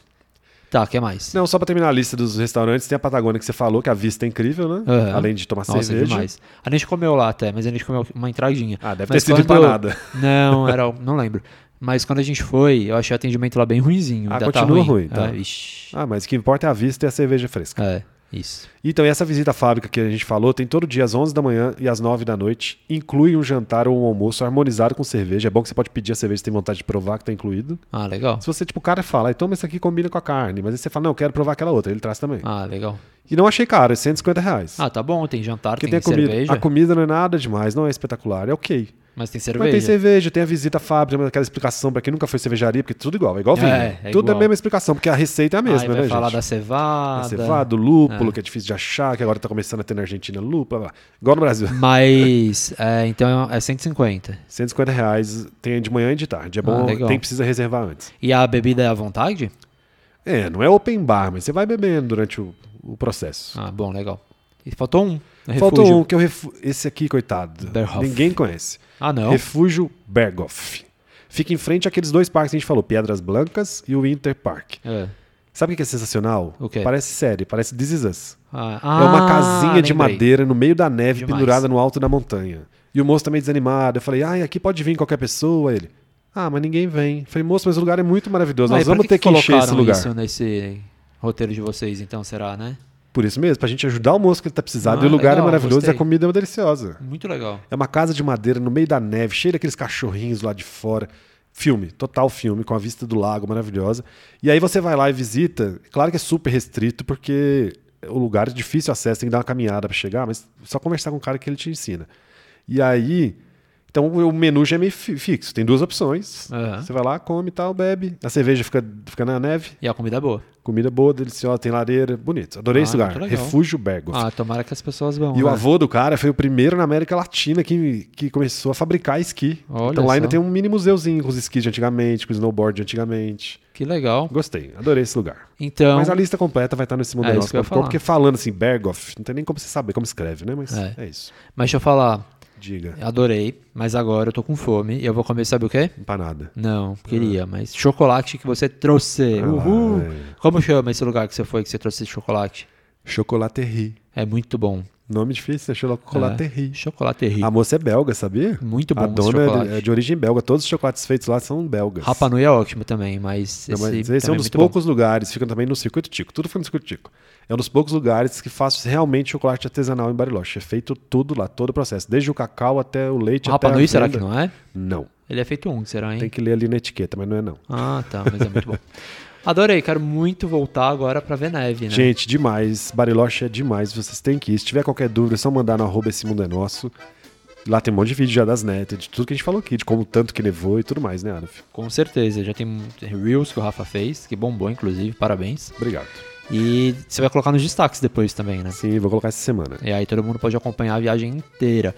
Tá, o que mais?
Não, só pra terminar a lista dos restaurantes, tem a Patagônia que você falou, que a vista é incrível, né?
Aham.
Além de tomar
Nossa, é
cerveja.
demais. A gente comeu lá até, mas a gente comeu uma entradinha.
Ah, deve
Mas
ter sido
quando eu-
empanada. *laughs*
Não, era, não lembro. Mas quando a gente foi, eu achei o atendimento lá bem ruinzinho.
Ah,
ainda tá
continua
ruim.
ruim, tá.
É, ixi.
Ah, mas o que importa é a vista e a cerveja fresca.
É, isso.
Então, e essa visita à fábrica que a gente falou tem todo dia às 11 da manhã e às 9 da noite. Inclui um jantar ou um almoço harmonizado com cerveja. É bom que você pode pedir a cerveja, você tem vontade de provar que tá incluído.
Ah, legal.
Se você, tipo, o cara fala, "Ai, toma isso aqui combina com a carne. Mas aí você fala, não, eu quero provar aquela outra. Ele traz também.
Ah, legal.
E não achei caro, é 150 reais.
Ah, tá bom, tem jantar,
Porque tem
tem,
a comida.
cerveja,
A comida não é nada demais, não é espetacular, é ok.
mas tem
Mas tem
cerveja.
cerveja, tem a visita à fábrica, aquela explicação pra quem nunca foi cervejaria, porque tudo igual, é igual
É,
vinho.
é
tudo é
igual.
a mesma explicação, porque a receita é a mesma,
Aí
né,
vai falar
gente?
da cevada.
A cevada, o lúpulo, que é difícil de achar, que agora tá começando a ter na Argentina lúpulo, blá, blá. igual no Brasil. *laughs*
Mas, é, então é 150.
150 reais tem de manhã e de tarde. É bom,
Ah, legal.
tem precisa reservar antes.
E a bebida é à vontade?
É, não é open bar, mas você vai bebendo durante o, o processo.
Ah, bom, legal. E faltou um. Refúgio.
Faltou um que eu refu... esse aqui, coitado.
Berhoff.
Ninguém conhece.
Ah, não.
Refúgio Berghoff. Fica em frente àqueles dois parques que a gente falou, Pedras Blancas e o Winter Park.
É.
Sabe o que é sensacional?
O quê?
Parece série, parece This Is Us.
Ah,
é uma
ah,
casinha de
lembrei.
madeira no meio da neve,
Demais.
pendurada no alto da montanha. E o moço também desanimado. Eu falei, ai, aqui pode vir qualquer pessoa. Ele, ah, mas ninguém vem. Eu falei, moço, mas o lugar é muito maravilhoso. Nós
Mas Ah, pra
vamos ter que encher esse
colocaram
lugar.
isso nesse roteiro de vocês, então, será, né?
por isso mesmo, pra gente ajudar o moço que ele tá precisando.
Ah,
e o lugar
legal,
é maravilhoso e a
gostei.
comida é deliciosa.
Muito legal.
É uma casa de madeira no meio da neve, cheia daqueles cachorrinhos lá de fora. Filme, total filme, com a vista do lago maravilhosa. E aí você vai lá e visita. Claro que é super restrito, porque o lugar é difícil acesso, tem que dar uma caminhada pra chegar, mas só conversar com o cara que ele te ensina. E aí. Então o menu já é meio fi- fixo. Tem duas opções.
Aham.
Você vai lá, come e tal, bebe. A cerveja fica, fica na neve.
E a comida é boa.
Comida boa, deliciosa, tem lareira. Bonito. Adorei
Ah,
esse lugar.
muito legal.
Refúgio Bergo.
Ah, tomara que as pessoas vão.
E o
né?
avô do cara foi o primeiro na América Latina que, que começou a fabricar esqui.
Olha
então lá ainda
só.
tem um mini museuzinho com os esquis de antigamente, com o snowboard de antigamente.
Que legal.
Gostei, adorei esse lugar.
Então.
Mas a lista completa vai estar nesse
É isso que eu ia
mundonosso.com,
falar.
porque falando assim, Berghoff, não tem nem como você saber como escreve, né? Mas é,
É.
isso.
Mas deixa eu falar.
Diga,
Adorei, mas agora eu tô com fome e eu vou comer, sabe o quê?
empanada.
Não,
Ah.
queria, mas chocolate que você trouxe. Uhul! Como chama esse lugar que você foi que você trouxe esse chocolate?
Chocolaterie.
É muito bom.
Nome difícil é Chocolaterie.
Chocolate rico.
A moça é belga, sabia?
Muito bom
A
esse
dona é de-
chocolate.
é de origem belga. Todos os chocolates feitos lá são belgas.
Rapa Nui é ótimo também, mas
Não,
esse,
mas esse é um
também é
dos
muito
poucos lugares, fica também no Circuito Tico, tudo fica no Circuito Tico. É um dos poucos lugares que faz realmente chocolate artesanal em Bariloche. É feito tudo lá, todo o processo, desde o cacau até o leite.
bom. Rapa
até a
Nui, será que
venda.
não é?
Não,
Ele é feito um, será, hein?
tem que ler ali na etiqueta, mas não é não.
Ah, tá, mas é muito bom. *laughs* Adorei, quero muito voltar agora pra ver neve, né?
Gente, demais. Bariloche é demais, vocês têm que ir. Se tiver qualquer dúvida, é só mandar no arroba esse mundo é nosso. Lá tem um monte de vídeo já das netas, de tudo que a gente falou aqui, de como tanto que levou e tudo mais, né, Arif?
Com certeza, já tem reels que o Rafa fez, que bombou, inclusive, parabéns.
Obrigado.
E você vai colocar nos destaques depois também, né?
Sim, vou colocar essa semana.
E aí todo mundo pode acompanhar a viagem inteira.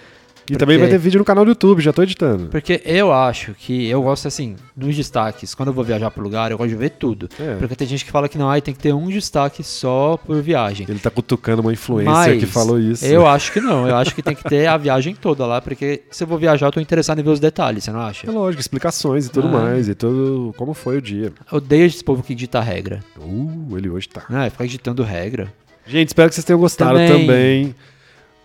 E também vai ter vídeo no canal do YouTube, já tô editando.
Porque eu acho que eu gosto assim dos destaques. Quando eu vou viajar pro lugar, eu gosto de ver tudo.
É.
Porque tem gente que fala que não, ai, tem que ter um destaque só por viagem.
Ele tá cutucando uma influencer
Mas
é que falou isso.
Eu acho que não. Eu acho que tem que ter a viagem toda lá, porque se eu vou viajar, eu tô interessado em ver os detalhes, você não acha?
É lógico, explicações e tudo
Ah.
mais, e tudo como foi o dia.
Eu odeio esse povo que dita regra.
Uh, ele hoje tá.
Né? Ficar ditando regra.
Gente, espero que vocês tenham gostado também.
Também.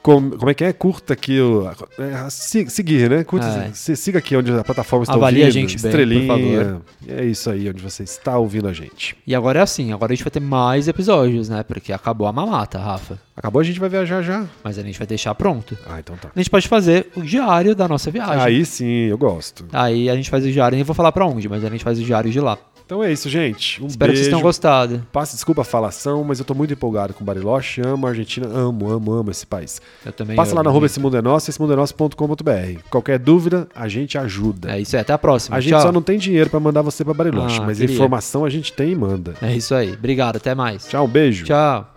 Com- como é que é? Curta aqui o. é, se- seguir, né? Curta,
É.
se- siga aqui onde a plataforma está
Avalie a
ouvindo.
gente bem,
estrelinha.
por
É isso aí, onde você está ouvindo a gente.
E agora é assim, agora a gente vai ter mais episódios, né? Porque acabou a mamata, Rafa.
Acabou, a gente vai viajar já.
Mas a gente vai deixar pronto.
Ah, então tá.
A gente pode fazer o diário da nossa viagem.
Aí sim, eu gosto.
Aí a gente faz o diário, nem vou falar pra onde, mas a gente faz o diário de lá.
Então é isso, gente. Um
Espero que vocês
beijo.
tenham gostado.
Passa desculpa a falação, mas eu tô muito empolgado com Bariloche. Amo a Argentina, amo, amo, amo esse país.
Eu também.
Passa lá
amo.
na arroba esse mundo é nosso, esse mundo é nosso.com.br. Qualquer dúvida, a gente ajuda.
É isso aí, até a próxima.
a gente
Tchau.
só não tem dinheiro pra mandar você pra Bariloche,
Ah,
mas
queria.
informação a gente tem e manda.
É isso aí. Obrigado, até mais.
Tchau, um beijo.
Tchau.